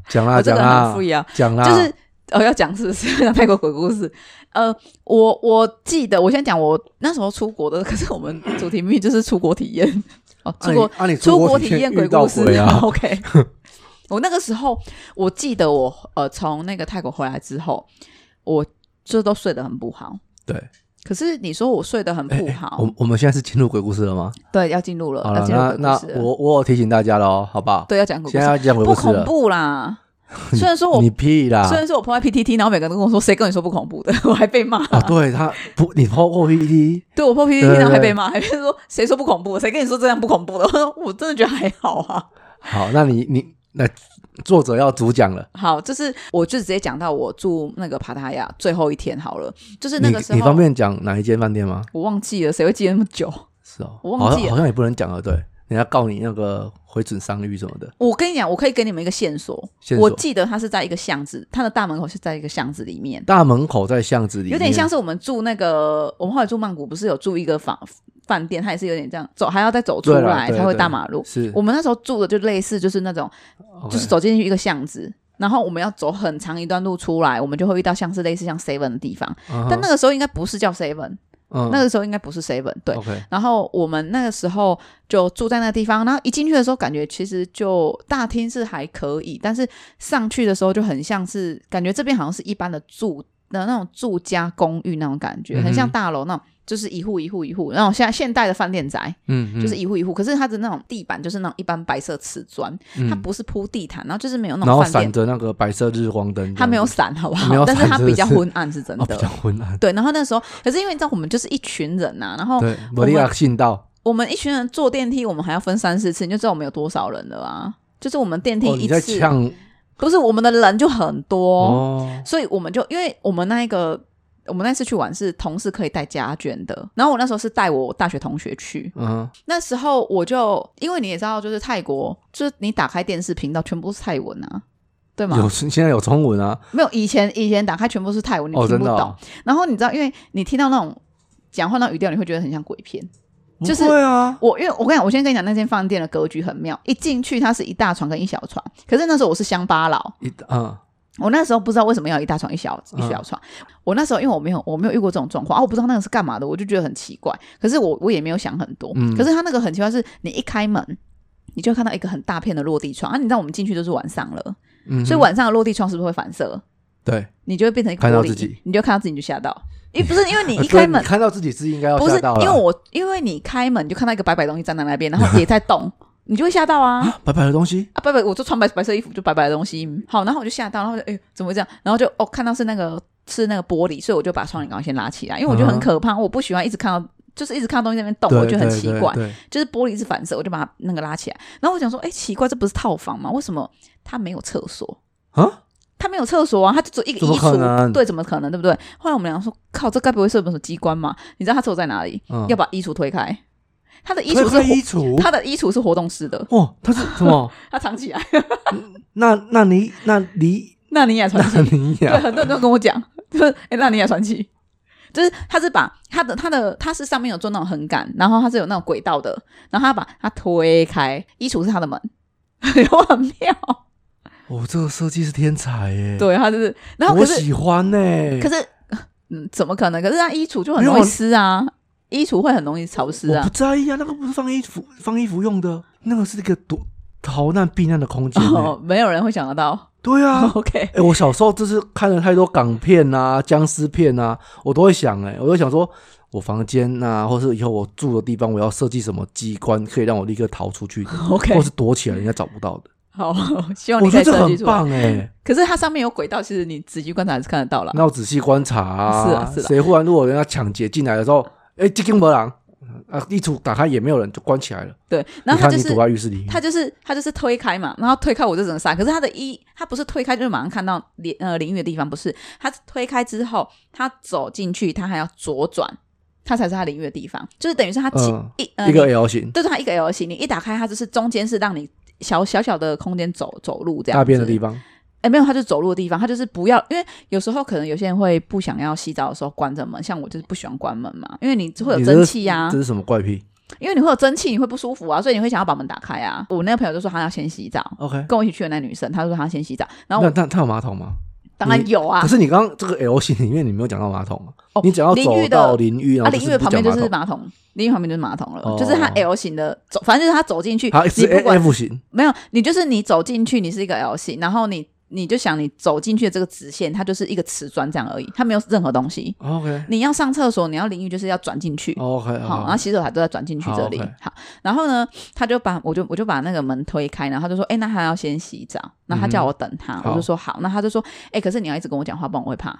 [SPEAKER 1] 讲
[SPEAKER 2] 我
[SPEAKER 1] 啦
[SPEAKER 2] 这
[SPEAKER 1] 讲
[SPEAKER 2] 个很
[SPEAKER 1] 啦
[SPEAKER 2] 敷衍啊，
[SPEAKER 1] 讲啦，
[SPEAKER 2] 就是哦，要讲是不是 要讲泰国鬼故事？呃，我我记得，我先讲我那时候出国的，可是我们主题目就是出国体验哦，
[SPEAKER 1] 啊
[SPEAKER 2] 出
[SPEAKER 1] 你
[SPEAKER 2] 国、
[SPEAKER 1] 啊你
[SPEAKER 2] 出
[SPEAKER 1] 出国
[SPEAKER 2] 体
[SPEAKER 1] 体
[SPEAKER 2] 验
[SPEAKER 1] 验
[SPEAKER 2] 鬼
[SPEAKER 1] 遇到
[SPEAKER 2] 故事
[SPEAKER 1] 鬼 啊
[SPEAKER 2] OK，我那个时候我记得我呃从那个泰国回来之后，我这都睡得很不好。
[SPEAKER 1] 对。
[SPEAKER 2] 可是你说我睡得很不好，
[SPEAKER 1] 哎我我们现在是进入鬼故事了吗？
[SPEAKER 2] 对，要进入了，
[SPEAKER 1] 好
[SPEAKER 2] 要
[SPEAKER 1] 了，
[SPEAKER 2] 进入
[SPEAKER 1] 那
[SPEAKER 2] 鬼故事
[SPEAKER 1] 那
[SPEAKER 2] 了，
[SPEAKER 1] 我我有提醒大家了哦，好不好？
[SPEAKER 2] 对，要讲鬼故
[SPEAKER 1] 现在
[SPEAKER 2] 事，
[SPEAKER 1] 要讲鬼
[SPEAKER 2] 不
[SPEAKER 1] 故事
[SPEAKER 2] 恐
[SPEAKER 1] 了，啊
[SPEAKER 2] 怖啦。虽然说 我
[SPEAKER 1] 你屁啦！
[SPEAKER 2] 虽然说我 PO 在 PTT，然后每个人都跟我说谁跟你说不恐怖的， 我还被骂。
[SPEAKER 1] 啊，对他不，你抛过 E PPT，
[SPEAKER 2] 对我破 PPT，
[SPEAKER 1] 对对
[SPEAKER 2] 然后还
[SPEAKER 1] 对
[SPEAKER 2] 被骂，还被说谁 说不恐怖，谁跟你说这样不恐怖的？我说我真的觉得还好啊。
[SPEAKER 1] 好，那你你那作者要主讲了，
[SPEAKER 2] 好，就是我就直接讲到我住那个帕塔亚最后一天好了，就是那
[SPEAKER 1] 你
[SPEAKER 2] 个时
[SPEAKER 1] 你方
[SPEAKER 2] 候
[SPEAKER 1] 便讲哪一间饭店吗？
[SPEAKER 2] 我忘记了，谁会记得那么久？
[SPEAKER 1] 是哦，
[SPEAKER 2] 我忘
[SPEAKER 1] 好
[SPEAKER 2] 记
[SPEAKER 1] 像
[SPEAKER 2] 了
[SPEAKER 1] 好像也不能讲了，对，人家告你那个毁损商誉什么的。
[SPEAKER 2] 我跟你讲，我可以给你们一个线索，
[SPEAKER 1] 线
[SPEAKER 2] 我
[SPEAKER 1] 索
[SPEAKER 2] 记得它是在一个巷子，它的大门口是在一个巷子里面，
[SPEAKER 1] 大门口在巷子里面，
[SPEAKER 2] 有点像是我们住那个，我们后来住曼谷，不是有住一个房饭店，它也是有点这样走，还要再走出
[SPEAKER 1] 对啦
[SPEAKER 2] 来
[SPEAKER 1] 对
[SPEAKER 2] 才会
[SPEAKER 1] 对
[SPEAKER 2] 大马路。
[SPEAKER 1] 是
[SPEAKER 2] 我们那时候住的就类似，就是那种，就是走进去一个巷子，然后我们要走很长一段路出来，我们就会遇到像是类似像 seven 的地方，
[SPEAKER 1] 嗯
[SPEAKER 2] 但那个时候应该不是叫 seven，、
[SPEAKER 1] 那
[SPEAKER 2] 那个时候应该不是 seven，对。
[SPEAKER 1] 嗯 OK
[SPEAKER 2] 然后我们那个时候就住在那个地方，然后一进去的时候，感觉其实就大厅是还可以，但是上去的时候就很像是感觉这边好像是一般的住的那种住家公寓那种感觉，
[SPEAKER 1] 嗯哼
[SPEAKER 2] 很像大楼那种，就是一户一户一户，那种现在现代的饭店宅，
[SPEAKER 1] 嗯嗯，
[SPEAKER 2] 就是一户一户，可是它的那种地板就是那种一般白色瓷砖，它
[SPEAKER 1] 嗯，
[SPEAKER 2] 不是铺地毯，然后就是没有那
[SPEAKER 1] 然
[SPEAKER 2] 种
[SPEAKER 1] 后
[SPEAKER 2] 饭
[SPEAKER 1] 闪
[SPEAKER 2] 店，
[SPEAKER 1] 着那个白色日光灯这样子，
[SPEAKER 2] 它没有伞，好不
[SPEAKER 1] 没
[SPEAKER 2] 好
[SPEAKER 1] 有？
[SPEAKER 2] 但
[SPEAKER 1] 伞
[SPEAKER 2] 是它比较
[SPEAKER 1] 真的是
[SPEAKER 2] 昏暗，是 真
[SPEAKER 1] 哦，比
[SPEAKER 2] 的
[SPEAKER 1] 较。昏暗。
[SPEAKER 2] 对，然后那时候，可是因为你知道，我们就是一群人呐、然后
[SPEAKER 1] 对，摩利亚信道，
[SPEAKER 2] 我们一群人坐电梯，我们还要分三四次，你就知道我们有多少人了啊！就是我们电梯
[SPEAKER 1] 哦，
[SPEAKER 2] 一
[SPEAKER 1] 你在
[SPEAKER 2] 次，
[SPEAKER 1] 呛
[SPEAKER 2] 不是我们的人就很多，
[SPEAKER 1] 哦，
[SPEAKER 2] 所以我们就因为我们那一个我们那次去玩是同事可以带家眷的，然后我那时候是带我大学同学去，
[SPEAKER 1] 嗯，
[SPEAKER 2] 那时候我就因为你也知道，就是泰国，就是你打开电视频道全部是泰文啊，对吗
[SPEAKER 1] 有？现在有中文啊，
[SPEAKER 2] 没有，以前以前打开全部是泰文，你
[SPEAKER 1] 哦，
[SPEAKER 2] 听
[SPEAKER 1] 真
[SPEAKER 2] 不
[SPEAKER 1] 的
[SPEAKER 2] 懂。
[SPEAKER 1] 哦，
[SPEAKER 2] 然后你知道，因为你听到那种讲话那种语调，你会觉得很像鬼片。就是
[SPEAKER 1] 对啊，
[SPEAKER 2] 我因为我跟你讲，我先跟你讲那间饭店的格局很妙，一进去它是一大床跟一小床，可是那时候我是乡巴佬，
[SPEAKER 1] 一嗯
[SPEAKER 2] 我那时候不知道为什么要一大床一小一
[SPEAKER 1] 嗯
[SPEAKER 2] 小床，我那时候因为我没有我没有遇过这种状况啊，我不知道那个是干嘛的，我就觉得很奇怪，可是我我也没有想很多，
[SPEAKER 1] 嗯
[SPEAKER 2] 可是他那个很奇怪是，你一开门。你就会看到一个很大片的落地窗啊！你知道我们进去都是晚上了，
[SPEAKER 1] 嗯，
[SPEAKER 2] 所以晚上的落地窗是不是会反射？
[SPEAKER 1] 对，
[SPEAKER 2] 你就会变成一个
[SPEAKER 1] 看到
[SPEAKER 2] 玻璃
[SPEAKER 1] 自己呃
[SPEAKER 2] 你就看到自己你就吓到，因为不是因 为你一
[SPEAKER 1] 啊对
[SPEAKER 2] 开门
[SPEAKER 1] 你看到自己是应该要
[SPEAKER 2] 不是
[SPEAKER 1] 吓到了，
[SPEAKER 2] 因为我，因为你开门就看到一个白白的东西站在那边，然后也在动，你就会吓到啊
[SPEAKER 1] 啊白白的东西，
[SPEAKER 2] 啊！白白，我就穿白白色衣服，就白白的东西。嗯好，然后我就吓到，然后我就哎、呦怎么会这样？然后就哦，看到是那个是那个玻璃，所以我就把窗帘赶快先拉起来，因为我觉得很可怕，我不喜欢一直看到。就是一直看到东西在那边
[SPEAKER 1] 啊
[SPEAKER 2] 动，
[SPEAKER 1] 对
[SPEAKER 2] 我就很
[SPEAKER 1] 对
[SPEAKER 2] 奇
[SPEAKER 1] 对
[SPEAKER 2] 怪。
[SPEAKER 1] 对
[SPEAKER 2] 就是玻璃是反射，我就把它那个拉起来。然后我想说，哎、奇怪，这不是套房吗？为什么它没有厕所？
[SPEAKER 1] 啊，
[SPEAKER 2] 它没有厕所啊，它就只有一个
[SPEAKER 1] 怎
[SPEAKER 2] 衣
[SPEAKER 1] 么可能
[SPEAKER 2] 橱。对，怎么可能？对不对？后来我们俩说，靠，这该不会是有什么机关吗？你知道它厕所在哪里？
[SPEAKER 1] 嗯
[SPEAKER 2] 要把衣橱推开。他的衣
[SPEAKER 1] 推
[SPEAKER 2] 橱
[SPEAKER 1] 开
[SPEAKER 2] 是
[SPEAKER 1] 衣
[SPEAKER 2] 活，
[SPEAKER 1] 橱，
[SPEAKER 2] 他的衣橱是活动式的，
[SPEAKER 1] 哇，它是什 么？
[SPEAKER 2] 他藏起来。
[SPEAKER 1] 那那你那 你
[SPEAKER 2] 纳尼亚传
[SPEAKER 1] 那
[SPEAKER 2] 奇，
[SPEAKER 1] 你
[SPEAKER 2] 对，
[SPEAKER 1] 呀，
[SPEAKER 2] 很多人都跟我讲，就是哎，纳尼亚传奇，就是他是把他的他的他是上面有做那种横杆，然后他是有那种轨道的，然后他把它推开，衣橱是他的门， 有很妙。
[SPEAKER 1] 哦，这个设计是天才耶，
[SPEAKER 2] 对，他就是，然后
[SPEAKER 1] 我
[SPEAKER 2] 可是
[SPEAKER 1] 喜欢呢，
[SPEAKER 2] 可是，嗯，怎么可能？可是他衣橱就很容易湿啊，衣橱会很容易潮湿
[SPEAKER 1] 我
[SPEAKER 2] 啊
[SPEAKER 1] 不。在意啊，那个不是放衣服放衣服用的，那个是一个躲逃难避难的空间、欸。
[SPEAKER 2] 哦，没有人会想得到。，
[SPEAKER 1] 对啊
[SPEAKER 2] OK，
[SPEAKER 1] 哎、我小时候就是看了太多港片啊、僵尸片啊，我都会想、欸，哎，我就想说，我房间呐、或是以后我住的地方，我要设计什么机关可以让我立刻逃出去的，
[SPEAKER 2] OK
[SPEAKER 1] 或是躲起来人家找不到的。
[SPEAKER 2] 好，希望
[SPEAKER 1] 我
[SPEAKER 2] 你
[SPEAKER 1] 觉
[SPEAKER 2] 可
[SPEAKER 1] 得
[SPEAKER 2] 以
[SPEAKER 1] 这
[SPEAKER 2] 设计
[SPEAKER 1] 很
[SPEAKER 2] 出来。
[SPEAKER 1] 棒哎、
[SPEAKER 2] 可是它上面有轨道，其实你仔细观察还是看得到啦。
[SPEAKER 1] 那我仔细观察、啊，
[SPEAKER 2] 是啊是啊
[SPEAKER 1] 谁忽然如果人家抢劫进来的时候，哎、欸，这根没人啊，衣橱打开也没有人，就关起来了。
[SPEAKER 2] 对，然后
[SPEAKER 1] 你
[SPEAKER 2] 它
[SPEAKER 1] 看
[SPEAKER 2] 就
[SPEAKER 1] 你
[SPEAKER 2] 是
[SPEAKER 1] 躲在浴室里面，
[SPEAKER 2] 它就是它就是推开嘛，然后推开我就只能杀。可是它的一它不是推开就是马上看到淋呃淋浴的地方，不是，它是推开之后，它走进去，它还要左转，它才是它淋浴的地方，就是等于是它起、
[SPEAKER 1] 嗯
[SPEAKER 2] 一呃
[SPEAKER 1] 一个
[SPEAKER 2] 你
[SPEAKER 1] L 型。
[SPEAKER 2] 对对，它一个 L 型，你一打开它就是中间是让你小小小的空间走走路这样子。
[SPEAKER 1] 大便的地方，
[SPEAKER 2] 哎，没有，他就走路的地方，他就是不要，因为有时候可能有些人会不想要洗澡的时候关着门，像我就是不喜欢关门嘛，因为你会有
[SPEAKER 1] 你这是
[SPEAKER 2] 蒸汽啊呀、
[SPEAKER 1] 这是什么怪癖
[SPEAKER 2] 因为你会有蒸汽，你会不舒服啊，所以你会想要把门打开啊。我那个朋友就说他要先洗澡，
[SPEAKER 1] ？OK，
[SPEAKER 2] 跟我一起去的那女生，她说她要先洗澡，然后
[SPEAKER 1] 那
[SPEAKER 2] 我
[SPEAKER 1] 那它有马桶吗？
[SPEAKER 2] 当然有啊
[SPEAKER 1] 可，是你刚刚这个 L 型里面你没有讲到马桶啊，
[SPEAKER 2] 哦
[SPEAKER 1] 你只要
[SPEAKER 2] 淋
[SPEAKER 1] 走
[SPEAKER 2] 浴的
[SPEAKER 1] 到淋浴，然
[SPEAKER 2] 啊，
[SPEAKER 1] 后
[SPEAKER 2] 淋
[SPEAKER 1] 就
[SPEAKER 2] 浴
[SPEAKER 1] 是
[SPEAKER 2] 旁
[SPEAKER 1] 不
[SPEAKER 2] 边
[SPEAKER 1] 讲
[SPEAKER 2] 就
[SPEAKER 1] 马
[SPEAKER 2] 是
[SPEAKER 1] 桶，
[SPEAKER 2] 马桶，淋浴旁边就是马桶了，
[SPEAKER 1] 哦
[SPEAKER 2] 就是它 L 型的走，反正就是它走进去，
[SPEAKER 1] 好
[SPEAKER 2] 你
[SPEAKER 1] 是哎
[SPEAKER 2] 不
[SPEAKER 1] A-
[SPEAKER 2] 管
[SPEAKER 1] F 型，
[SPEAKER 2] 没有，你就是你走进去，你是一个 L 型，然后你你就想你走进去的这个直线，它就是一个瓷砖这样而已，它没有任何东西。
[SPEAKER 1] OK
[SPEAKER 2] 你要上厕所，你要淋浴，就是要转进去。
[SPEAKER 1] 哦 OK，
[SPEAKER 2] 好，啊然后洗手台都在转进去这里。
[SPEAKER 1] 嗯好，OK
[SPEAKER 2] 好然后呢，他就把我就我就把那个门推开，然后他就说：“哎、那他要先洗澡。”那他叫我等他，
[SPEAKER 1] 嗯好
[SPEAKER 2] 我就说：“好。”那他就说：“哎、可是你要一直跟我讲话，不然我会怕。”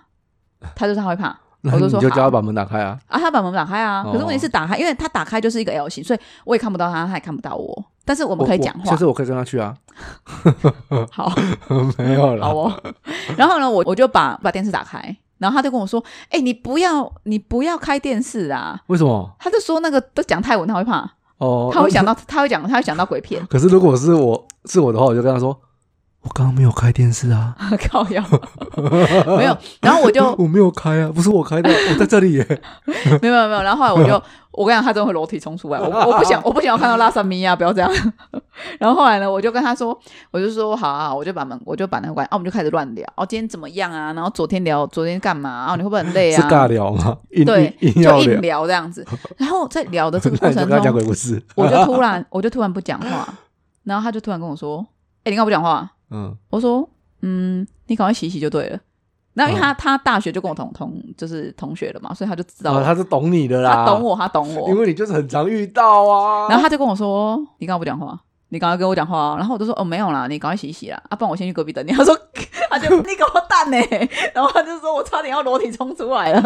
[SPEAKER 2] 他就说他会怕
[SPEAKER 1] 那
[SPEAKER 2] 我
[SPEAKER 1] 你
[SPEAKER 2] 就
[SPEAKER 1] 就
[SPEAKER 2] 说
[SPEAKER 1] 叫
[SPEAKER 2] 好
[SPEAKER 1] 他把门打开啊，
[SPEAKER 2] 啊，他把门打开啊，
[SPEAKER 1] 哦
[SPEAKER 2] 可是问题是打开，因为他打开就是一个 L 型，所以我也看不到他，他也看不到我。但是我们可以讲
[SPEAKER 1] 下
[SPEAKER 2] 话
[SPEAKER 1] 次，我可以跟他去啊，
[SPEAKER 2] 好，
[SPEAKER 1] 没有啦
[SPEAKER 2] 好，哦。然后呢，我我就把把电视打开，然后他就跟我说：“哎、你不要，你不要开电视啊
[SPEAKER 1] 为什么？！”
[SPEAKER 2] 他就说那个都讲泰文，他会怕，
[SPEAKER 1] 哦，，
[SPEAKER 2] 他会想到，他会讲，他会想到鬼片
[SPEAKER 1] 可是如果是我是我的话，我就跟他说，我刚刚没有开电视啊，
[SPEAKER 2] 靠腰没有。然后我就
[SPEAKER 1] 我没有开啊，不是我开 的，我在这里耶。
[SPEAKER 2] 没有没有没有，然后后来我就，我跟你讲，他真的会裸体冲出 来，我我不想我不想要看到拉萨米亚，不要这样。 然后后来呢，我就跟他说，我就说好啊，好我就把门我就把那个关，啊，我们就开始乱聊，哦，今天怎么样啊？然后昨天聊昨天干嘛啊？你会不会很累
[SPEAKER 1] 是
[SPEAKER 2] 啊？
[SPEAKER 1] 尬聊吗？硬
[SPEAKER 2] 对
[SPEAKER 1] 硬，硬
[SPEAKER 2] 就
[SPEAKER 1] 要
[SPEAKER 2] 硬
[SPEAKER 1] 聊，
[SPEAKER 2] 聊这样子。然后在聊的这个
[SPEAKER 1] 那
[SPEAKER 2] 过
[SPEAKER 1] 你就
[SPEAKER 2] 程
[SPEAKER 1] 跟他讲
[SPEAKER 2] 中，
[SPEAKER 1] 鬼故事。
[SPEAKER 2] 我就突然我就突然不讲话，然后他就突然跟我说：“哎、你干嘛不讲话
[SPEAKER 1] 嗯，？”
[SPEAKER 2] 我说：“嗯，你赶快洗一洗就对了。”然后因为他、
[SPEAKER 1] 嗯
[SPEAKER 2] 他大学就跟我同同就是同学了嘛，所以他就知道我、
[SPEAKER 1] 啊，他是懂你的啦，
[SPEAKER 2] 他懂，我，他懂我
[SPEAKER 1] 因。为你就是很常遇到啊。
[SPEAKER 2] 然后他就跟我说：“你刚刚不讲话，你刚刚跟我讲话啊。”然后我就说：“哦，没有啦，你赶快洗一洗啦，啊，不然我先去隔壁等你。”他说：“ 他 就你给我蛋呢、然后他就说：“我差点要裸体冲出来了。”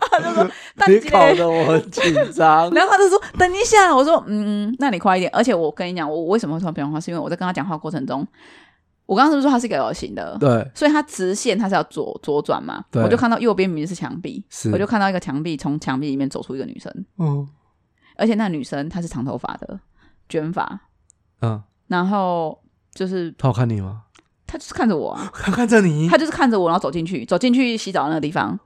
[SPEAKER 2] 他就说：“蛋
[SPEAKER 1] 你
[SPEAKER 2] 姐。”。
[SPEAKER 1] 搞得我很紧张
[SPEAKER 2] 然后他就说：“等一下。”我说：“嗯，那你快一点。”而且我跟你讲，我我为什么会突然不讲话，是因为我在跟他讲话过程中，我刚刚是不是说他是一个 L 型的？
[SPEAKER 1] 对，
[SPEAKER 2] 所以他直线他是要左左转嘛，
[SPEAKER 1] 对
[SPEAKER 2] 我就看到右边明明是墙壁，
[SPEAKER 1] 是
[SPEAKER 2] 我就看到一个墙壁从墙壁里面走出一个女生，
[SPEAKER 1] 嗯
[SPEAKER 2] 而且那女生她是长头发的卷发，
[SPEAKER 1] 嗯，
[SPEAKER 2] 然后就是
[SPEAKER 1] 他有看你吗？
[SPEAKER 2] 她就是看着我啊，
[SPEAKER 1] 他看着你
[SPEAKER 2] 她就是看着我，然后走进去，走进去洗澡的那个地方，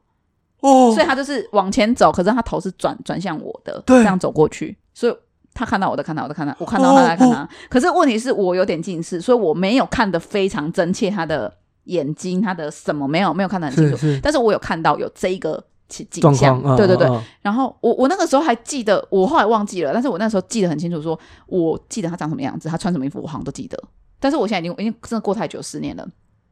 [SPEAKER 1] 哦
[SPEAKER 2] 所以她就是往前走，可是她头是转转向我的，
[SPEAKER 1] 对
[SPEAKER 2] 这样走过去，所以她看到我在看她，我在看她，我看到她在
[SPEAKER 1] 哦
[SPEAKER 2] 看她。可是问题是我有点近视，所以我没有看得非常真切她的眼睛，她的什么没有没有看得很清
[SPEAKER 1] 是
[SPEAKER 2] 楚，
[SPEAKER 1] 是
[SPEAKER 2] 但是我有看到有这一个景景
[SPEAKER 1] 状况
[SPEAKER 2] 象，，
[SPEAKER 1] 嗯
[SPEAKER 2] 对对对，，
[SPEAKER 1] 嗯嗯
[SPEAKER 2] 然后我我那个时候还记得，我后来忘记了，但是我那时候记得很清楚说，我记得他长什么样子，他穿什么衣服，我好像都记得。但是我现在已经已经真的过太久，十年了。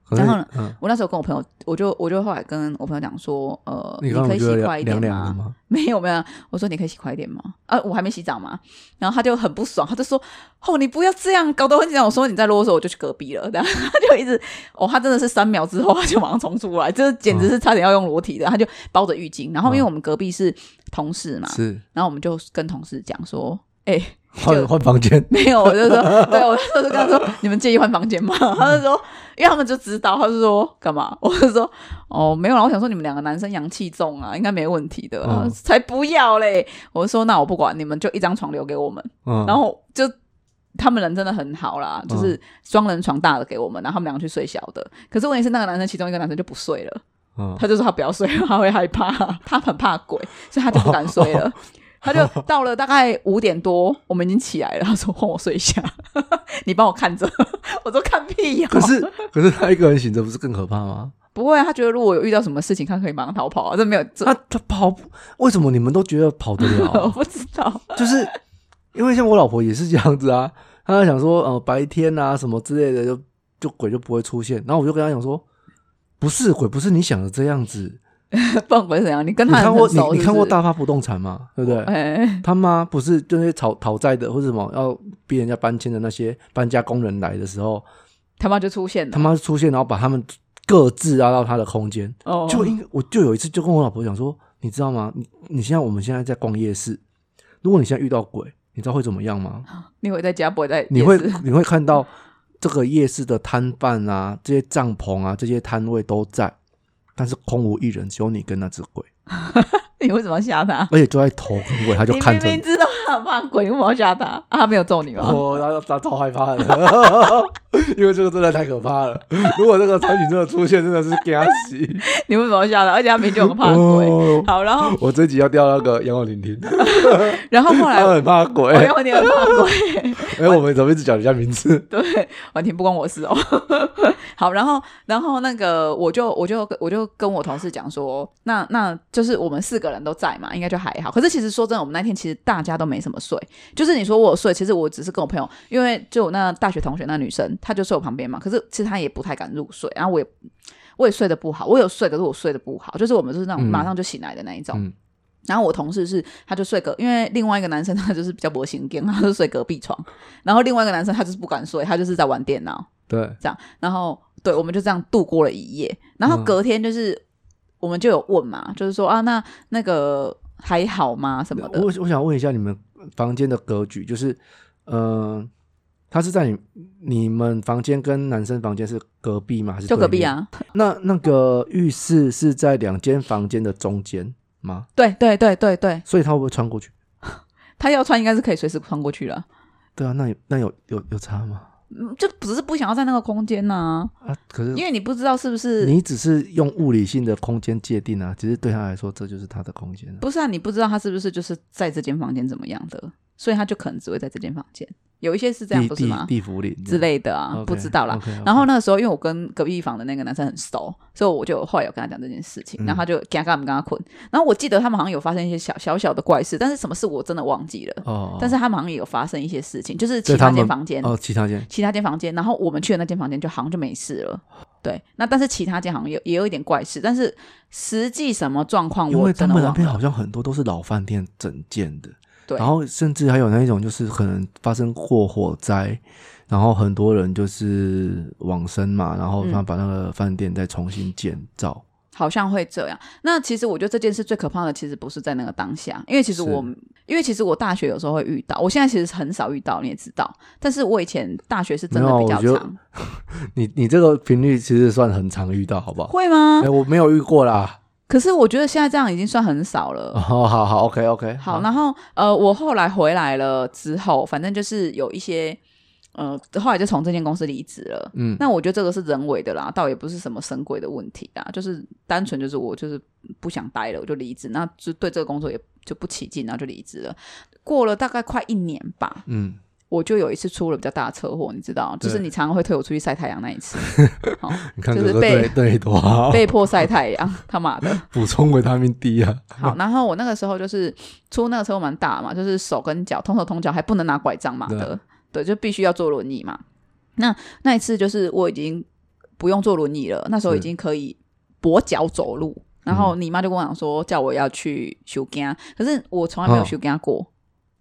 [SPEAKER 1] 可能
[SPEAKER 2] 然后呢
[SPEAKER 1] 嗯，
[SPEAKER 2] 我那时候跟我朋友，我就我就后来跟我朋友讲说，呃，
[SPEAKER 1] 你刚
[SPEAKER 2] 可
[SPEAKER 1] 刚
[SPEAKER 2] 以
[SPEAKER 1] 觉得
[SPEAKER 2] 洗快
[SPEAKER 1] 凉
[SPEAKER 2] 一点
[SPEAKER 1] 凉
[SPEAKER 2] 吗？
[SPEAKER 1] 凉的吗？
[SPEAKER 2] 没有没有，我说你可以洗快一点吗？啊，我还没洗澡嘛。然后他就很不爽，他就说：“哦，你不要这样，搞得我很紧张。”我说：“你再啰嗦，我就去隔壁了。”然后他就一直，哦，他真的是三秒之后他就马上冲出来，这简直是差点要用裸体的。他就包着浴巾，然后因为我们隔壁是同事嘛，
[SPEAKER 1] 是
[SPEAKER 2] 然后我们就跟同事讲说，哎、
[SPEAKER 1] 换换房间，
[SPEAKER 2] 没有，我就说，对我那时候就跟他说，你们介意换房间吗？ 他就说，因为他们就知道，他就说干嘛？ 我就说，哦，没有啦，我想说你们两个男生阳气重啊，应该没问题的。
[SPEAKER 1] 嗯
[SPEAKER 2] 他说才不要嘞！我就说那我不管，你们就一张床留给我们，
[SPEAKER 1] 嗯，
[SPEAKER 2] 然后就。他们人真的很好啦，就是双人床大的给我们，然后他们两个去睡小的。可是问题是，那个男生其中一个男生就不睡了，
[SPEAKER 1] 嗯
[SPEAKER 2] 他就说他不要睡了，他会害怕， 他很怕鬼，所以他就不敢睡
[SPEAKER 1] 哦
[SPEAKER 2] 了。他就到了大概五点多，我们已经起来了。他说：“换我睡一下， 你帮我看着。” 我说：“看屁呀、
[SPEAKER 1] 可是可是他一个人醒着不是更可怕吗？
[SPEAKER 2] 不会啊，他觉得如果有遇到什么事情，他可以马上逃跑啊，这没有这、
[SPEAKER 1] 他他跑不，为什么你们都觉得跑得
[SPEAKER 2] 我
[SPEAKER 1] 了？
[SPEAKER 2] 不知道。
[SPEAKER 1] 就是因为像我老婆也是这样子啊，她想说呃白天啊什么之类的，就就鬼就不会出现。然后我就跟她讲说，不是鬼，不是你想的这样子。
[SPEAKER 2] 不然鬼是怎样？你跟
[SPEAKER 1] 你
[SPEAKER 2] 他
[SPEAKER 1] 看
[SPEAKER 2] 很
[SPEAKER 1] 过
[SPEAKER 2] 很熟
[SPEAKER 1] 你你看过
[SPEAKER 2] 是不是
[SPEAKER 1] 大发不动产吗？对不对？
[SPEAKER 2] 哎，
[SPEAKER 1] 他妈不是就那些讨讨债的或者什么要逼人家搬迁的那些搬家工人来的时候，
[SPEAKER 2] 他妈就出现了。
[SPEAKER 1] 他妈出现，然后把他们各自拉到他的空间。
[SPEAKER 2] 哦，
[SPEAKER 1] 就应我就有一次就跟我老婆讲说，你知道吗？你你现在我们现在在逛夜市，如果你现在遇到鬼，你知道会怎么样吗？
[SPEAKER 2] 你会在家，不会在
[SPEAKER 1] 你会
[SPEAKER 2] 夜市
[SPEAKER 1] 你会看到这个夜市的摊贩啊，这些帐篷啊，这些摊位都在，但是空无一人，只有你跟那只鬼，
[SPEAKER 2] 你为什么要吓他？
[SPEAKER 1] 而且就在头跟尾，他就
[SPEAKER 2] 你
[SPEAKER 1] 看
[SPEAKER 2] 明
[SPEAKER 1] 着你
[SPEAKER 2] 明。知道他很怕鬼，你为什么要吓他？啊，他没有揍你吗？
[SPEAKER 1] 哦，他他超害怕的， 因为这个真的太可怕了。如果这个场景真的出现，真的是给他洗。
[SPEAKER 2] 你为什么要吓他？而且他明明就很怕鬼。
[SPEAKER 1] 哦
[SPEAKER 2] 好，然后
[SPEAKER 1] 我这集要掉那个杨柳婷 婷，
[SPEAKER 2] 然后后 来
[SPEAKER 1] 她很怕鬼。
[SPEAKER 2] 我有点怕鬼，
[SPEAKER 1] 哎、我们怎么一直讲人家名字？
[SPEAKER 2] 对，完全不关我事哦。好，然后然后那个我就我就我就跟我同事讲说，那那就是我们四个人都在嘛，应该就还好。可是其实说真的，我们那天其实大家都没什么睡，就是你说我有睡，其实我只是跟我朋友，因为就我那大学同学那女生，她就睡我旁边嘛，可是其实她也不太敢入睡，然后我也我也睡得不好，我有睡，可是我睡得不好，就是我们就是那种
[SPEAKER 1] 嗯
[SPEAKER 2] 马上就醒来的那一种。
[SPEAKER 1] 嗯
[SPEAKER 2] 然后我同事是，他就睡隔，因为另外一个男生他就是比较薄行跟，他就睡隔壁床。然后另外一个男生他就是不敢睡，他就是在玩电脑
[SPEAKER 1] 对，
[SPEAKER 2] 这样。然后对，我们就这样度过了一夜。然后
[SPEAKER 1] 嗯
[SPEAKER 2] 隔天就是、我们就有问嘛，就是说啊，那那个还好吗什么的
[SPEAKER 1] 我？我想问一下你们房间的格局，就是，嗯、他是在你你们房间跟男生房间是隔壁吗？还是
[SPEAKER 2] 就
[SPEAKER 1] 对
[SPEAKER 2] 隔壁
[SPEAKER 1] 面？
[SPEAKER 2] 啊，
[SPEAKER 1] 那那个浴室是在两间房间的中间吗？
[SPEAKER 2] 对对对对对，
[SPEAKER 1] 所以他会不会穿过去？
[SPEAKER 2] 他要穿应该是可以随时穿过去了，
[SPEAKER 1] 对啊，那有那有有有差吗？
[SPEAKER 2] 嗯就只是不想要在那个空间呐、
[SPEAKER 1] 啊，可是
[SPEAKER 2] 因为你不知道是不是。
[SPEAKER 1] 你只是用物理性的空间界定啊，其实对他来说这就是他的空间、啊。
[SPEAKER 2] 不是啊，你不知道他是不是就是在这间房间怎么样的，所以他就可能只会在这间房间。有一些是这样，
[SPEAKER 1] 地
[SPEAKER 2] 不是
[SPEAKER 1] 地
[SPEAKER 2] 吗？
[SPEAKER 1] 地府里
[SPEAKER 2] 之类的啊
[SPEAKER 1] OK，
[SPEAKER 2] 不知道啦。
[SPEAKER 1] OK，OK
[SPEAKER 2] 然后那个时候，因为我跟隔壁房的那个男生很熟，所以我就后来有跟他讲这件事情，
[SPEAKER 1] 嗯
[SPEAKER 2] 然后他就跟他们跟他困。然后我记得他们好像有发生一些小小小的怪事，但是什么事我真的忘记了。
[SPEAKER 1] 哦，
[SPEAKER 2] 但是他们好像也有发生一些事情，就是
[SPEAKER 1] 对
[SPEAKER 2] 其他
[SPEAKER 1] 他
[SPEAKER 2] 间
[SPEAKER 1] 们
[SPEAKER 2] 房间，
[SPEAKER 1] 哦，其他间
[SPEAKER 2] 其他间房间，然后我们去的那间房间就好像就没事了。对，那但是其他间好像有也有一点怪事，但是实际什么状况
[SPEAKER 1] 因
[SPEAKER 2] 我
[SPEAKER 1] 为他
[SPEAKER 2] 真的
[SPEAKER 1] 们那
[SPEAKER 2] 忘
[SPEAKER 1] 边
[SPEAKER 2] 了。
[SPEAKER 1] 好像很多都是老饭店整建的，
[SPEAKER 2] 对
[SPEAKER 1] 然后甚至还有那一种就是可能发生过火灾，然后很多人就是往生嘛，然
[SPEAKER 2] 嗯
[SPEAKER 1] 后他把那个饭店再重新建造，
[SPEAKER 2] 好像会这样。那其实我觉得这件事最可怕的，其实不是在那个当下，因为其实我，因为其实我大学有时候会遇到，我现在其实很少遇到，你也知道。但是我以前大学是真
[SPEAKER 1] 没有
[SPEAKER 2] 的
[SPEAKER 1] 啊
[SPEAKER 2] 比较
[SPEAKER 1] 我觉得
[SPEAKER 2] 长，
[SPEAKER 1] 你你这个频率其实算很常遇到，好不好？
[SPEAKER 2] 会啊
[SPEAKER 1] 哎、
[SPEAKER 2] 吗？
[SPEAKER 1] 我没有遇过啦。
[SPEAKER 2] 可是我觉得现在这样已经算很少了。
[SPEAKER 1] 哦，好好，OK OK，
[SPEAKER 2] 好，然后呃，我后来回来了之后，反正就是有一些呃，后来就从这间公司离职了。
[SPEAKER 1] 嗯
[SPEAKER 2] 那我觉得这个是人为的啦，倒也不是什么神鬼的问题啦，就是单纯就是我就是不想待了，我就离职，那就对这个工作也就不起劲，然后就离职了。过了大概快一年吧，
[SPEAKER 1] 嗯，
[SPEAKER 2] 我就有一次出了比较大的车祸，你知道，就是
[SPEAKER 1] 对
[SPEAKER 2] 你常常会推我出去晒太阳那一次，好，
[SPEAKER 1] 你看
[SPEAKER 2] 就
[SPEAKER 1] 这
[SPEAKER 2] 是
[SPEAKER 1] 个
[SPEAKER 2] 被
[SPEAKER 1] 对对多好，
[SPEAKER 2] 被迫晒太阳，他妈的！
[SPEAKER 1] 补充维他命 D 啊，
[SPEAKER 2] 好，然后我那个时候就是出那个车祸蛮大嘛，就是手跟脚同手同脚，还不能拿拐杖嘛
[SPEAKER 1] 对啊
[SPEAKER 2] 的，对，就必须要坐轮椅嘛。那那一次就是我已经不用坐轮椅了，那时候已
[SPEAKER 1] 是嗯
[SPEAKER 2] 经可以跛脚走路。然后你妈就跟我讲说，叫我要去修肝，可是我从来没有
[SPEAKER 1] 哦
[SPEAKER 2] 修肝过。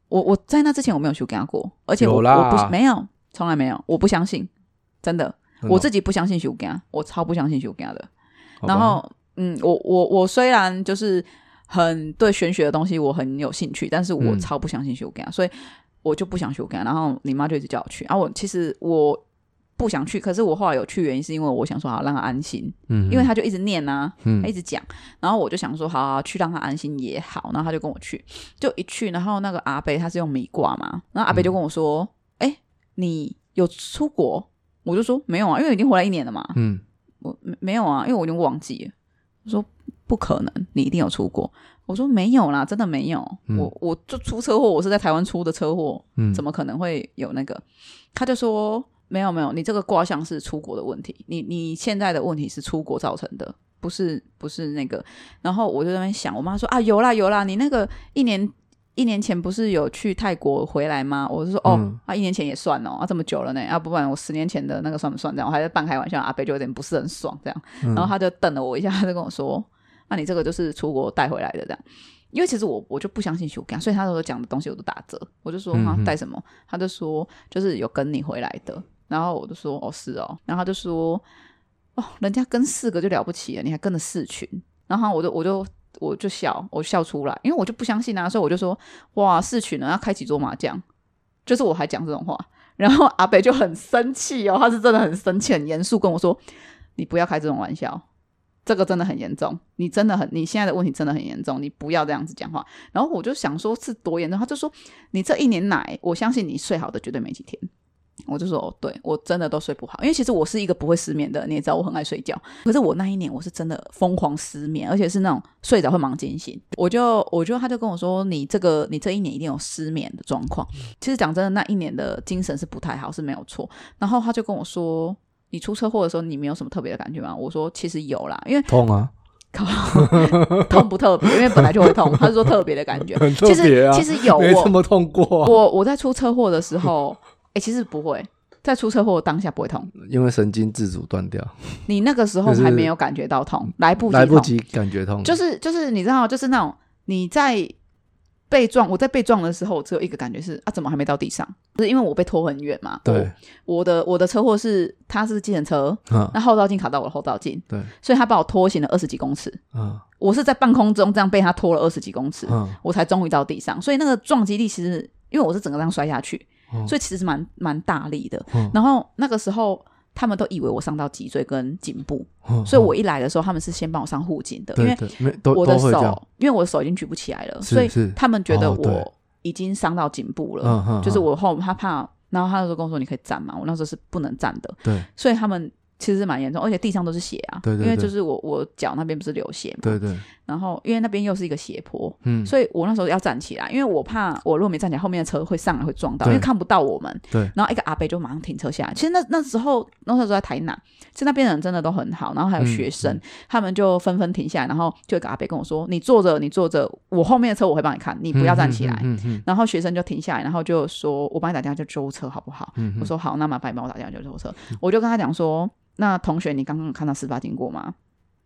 [SPEAKER 2] 我我在那之前我没有修肝过，而且我
[SPEAKER 1] 有啦
[SPEAKER 2] 我不没有，从来没有，我不相信，真的，
[SPEAKER 1] 真的
[SPEAKER 2] 我
[SPEAKER 1] 哦
[SPEAKER 2] 自己不相信修肝，我超不相信修肝的。
[SPEAKER 1] 好吧
[SPEAKER 2] 然后，嗯，我我我虽然就是很对玄学的东西我很有兴趣，但是我
[SPEAKER 1] 嗯
[SPEAKER 2] 超不相信修改、所以我就不想修改。然后你妈就一直叫我去，然、后我其实我不想去，可是我后来有去，原因是因为我想说好让她安心，
[SPEAKER 1] 嗯，
[SPEAKER 2] 因为她就一直念啊，
[SPEAKER 1] 嗯
[SPEAKER 2] 她一直讲，然后我就想说好好好去让她安心也好，然后她就跟我去，就一去，然后那个阿北他是用米卦嘛，然后阿北
[SPEAKER 1] 嗯
[SPEAKER 2] 就跟我说，哎、你有出国？我就说没有啊，因为已经回来一年了嘛，
[SPEAKER 1] 嗯
[SPEAKER 2] 我没没有啊，因为我已经忘记了。我说不可能，你一定有出过。我说没有啦，真的没有。
[SPEAKER 1] 嗯
[SPEAKER 2] 我我就出车祸，我是在台湾出的车祸，
[SPEAKER 1] 嗯
[SPEAKER 2] 怎
[SPEAKER 1] 么
[SPEAKER 2] 么可能会有那个？他就说没有没有，你这个卦象是出国的问题，你你现在的问题是出国造成的，不是不是那个。然后我就在那边想，我妈说啊有啦有啦，你那个一年。一年前不是有去泰国回来吗？我就说哦、
[SPEAKER 1] 嗯
[SPEAKER 2] 啊，一年前也算哦，啊这么久了呢，啊不然我十年前的那个算不算这样？我还在半开玩笑，阿北就有点不是很爽这样。
[SPEAKER 1] 嗯
[SPEAKER 2] 然后他就瞪了我一下，他就跟我说：“那、你这个就是出国带回来的这样。”因为其实我我就不相信修改，所以他那时候讲的东西我都打折。我就说：“
[SPEAKER 1] 嗯
[SPEAKER 2] 啊，
[SPEAKER 1] 嗯
[SPEAKER 2] 带什么？”他就说：“就是有跟你回来的。”然后我就说：“哦，是哦。”然后他就说：“哦，人家跟四个就了不起了，你还跟了四群。”然后我就我就我就笑，我笑出来，因为我就不相信啊，所以我就说：“哇，四群呢要开几桌麻将？”就是我还讲这种话，然后阿北就很生气哦，他是真的很生气，很严肃跟我说：“你不要开这种玩笑，这个真的很严重，你真的很，你现在的问题真的很严重，你不要这样子讲话。”然后我就想说是多严重，他就说：“你这一年来，我相信你睡好的绝对没几天。” 我就说：“哦，对我真的都睡不好，因为其实我是一个不会失眠的，你也知道我很爱睡觉。可是我那一年我是真的疯狂失眠，而且是那种睡着会忙惊醒。 我就我就他就跟我说：‘你这个你这一年一定有失眠的状况。’其实讲真的，那一年的精神是不太好，是没有错。然后他就跟我说：“你出车祸的时候，你没有什么特别的感觉吗？”我说：“其实有啦，因为
[SPEAKER 1] 痛啊，
[SPEAKER 2] 靠痛不特别，因为本来就会痛。”他是说特别的感觉，
[SPEAKER 1] 很 特
[SPEAKER 2] 其
[SPEAKER 1] 别
[SPEAKER 2] 实
[SPEAKER 1] 啊，
[SPEAKER 2] 其实有
[SPEAKER 1] 没这
[SPEAKER 2] 我
[SPEAKER 1] 么痛过、啊，
[SPEAKER 2] 我我在出车祸的时候，哎、其实不会。在出车祸当下不会痛，
[SPEAKER 1] 因为神经自主断掉，
[SPEAKER 2] 你那个时候
[SPEAKER 1] 就是
[SPEAKER 2] 还没有感觉到痛，来不及
[SPEAKER 1] 来不
[SPEAKER 2] 痛
[SPEAKER 1] 及感觉痛，
[SPEAKER 2] 就是就是你知道，就是那种你在被撞，我在被撞的时候，我只有一个感觉是啊，怎么还没到地上？就是因为我被拖很远嘛。
[SPEAKER 1] 对，
[SPEAKER 2] 我，我的我的车祸是他是计程车，
[SPEAKER 1] 嗯
[SPEAKER 2] 那后照镜卡到我的后照镜，
[SPEAKER 1] 对，
[SPEAKER 2] 所以他把我拖行了二十几公尺。
[SPEAKER 1] 嗯
[SPEAKER 2] 我是在半空中这样被他拖了二十几公尺，
[SPEAKER 1] 嗯
[SPEAKER 2] 我才终于到地上。所以那个撞击力其实，因为我是整个这样摔下去，
[SPEAKER 1] 嗯
[SPEAKER 2] 所以其实蛮蛮大力的。
[SPEAKER 1] 嗯
[SPEAKER 2] 然后那个时候他们都以为我伤到脊椎跟颈部，
[SPEAKER 1] 嗯
[SPEAKER 2] 所以
[SPEAKER 1] 嗯
[SPEAKER 2] 我一来的时候他们是先帮我上护颈的，因
[SPEAKER 1] 对
[SPEAKER 2] 为
[SPEAKER 1] 对，没都
[SPEAKER 2] 我
[SPEAKER 1] 都
[SPEAKER 2] 的
[SPEAKER 1] 会这样，
[SPEAKER 2] 手，因为我的手已经举不起来了，
[SPEAKER 1] 是
[SPEAKER 2] 所以
[SPEAKER 1] 是
[SPEAKER 2] 他们觉得
[SPEAKER 1] 哦对
[SPEAKER 2] 我已经伤到颈部了，
[SPEAKER 1] 嗯嗯
[SPEAKER 2] 就是
[SPEAKER 1] 嗯
[SPEAKER 2] 我后他怕，然后他那时候跟我说你可以站嘛，我那时候是不能站的，
[SPEAKER 1] 对
[SPEAKER 2] 所以他们其实是蛮严重，而且地上都是血啊，
[SPEAKER 1] 对对
[SPEAKER 2] 因为
[SPEAKER 1] 对
[SPEAKER 2] 就是我我脚那边不是流血嘛，
[SPEAKER 1] 对对，
[SPEAKER 2] 然后因为那边又是一个斜坡，
[SPEAKER 1] 嗯，
[SPEAKER 2] 所以我那时候要站起来，因为我怕我如果没站起来，后面的车会上来会撞到，
[SPEAKER 1] 对
[SPEAKER 2] 因为看不到我们。
[SPEAKER 1] 对。
[SPEAKER 2] 然后一个阿伯就马上停车下来。其实那那时候那时候在台南，其实那边的人真的都很好，然后还有学
[SPEAKER 1] 嗯
[SPEAKER 2] 生，他们就纷纷停下来，然后就有一个阿伯跟我说：“你坐着，你坐着，我后面的车我会帮你看，你不要站起来。
[SPEAKER 1] 嗯嗯
[SPEAKER 2] 然后学生就停下来，然后就说：“我帮你打电话叫救护车好不好？”
[SPEAKER 1] 嗯
[SPEAKER 2] 我说：“好，那麻烦你帮我打电话叫救护车。我就跟他讲说：“那同学，你刚刚有看到事发经过吗？”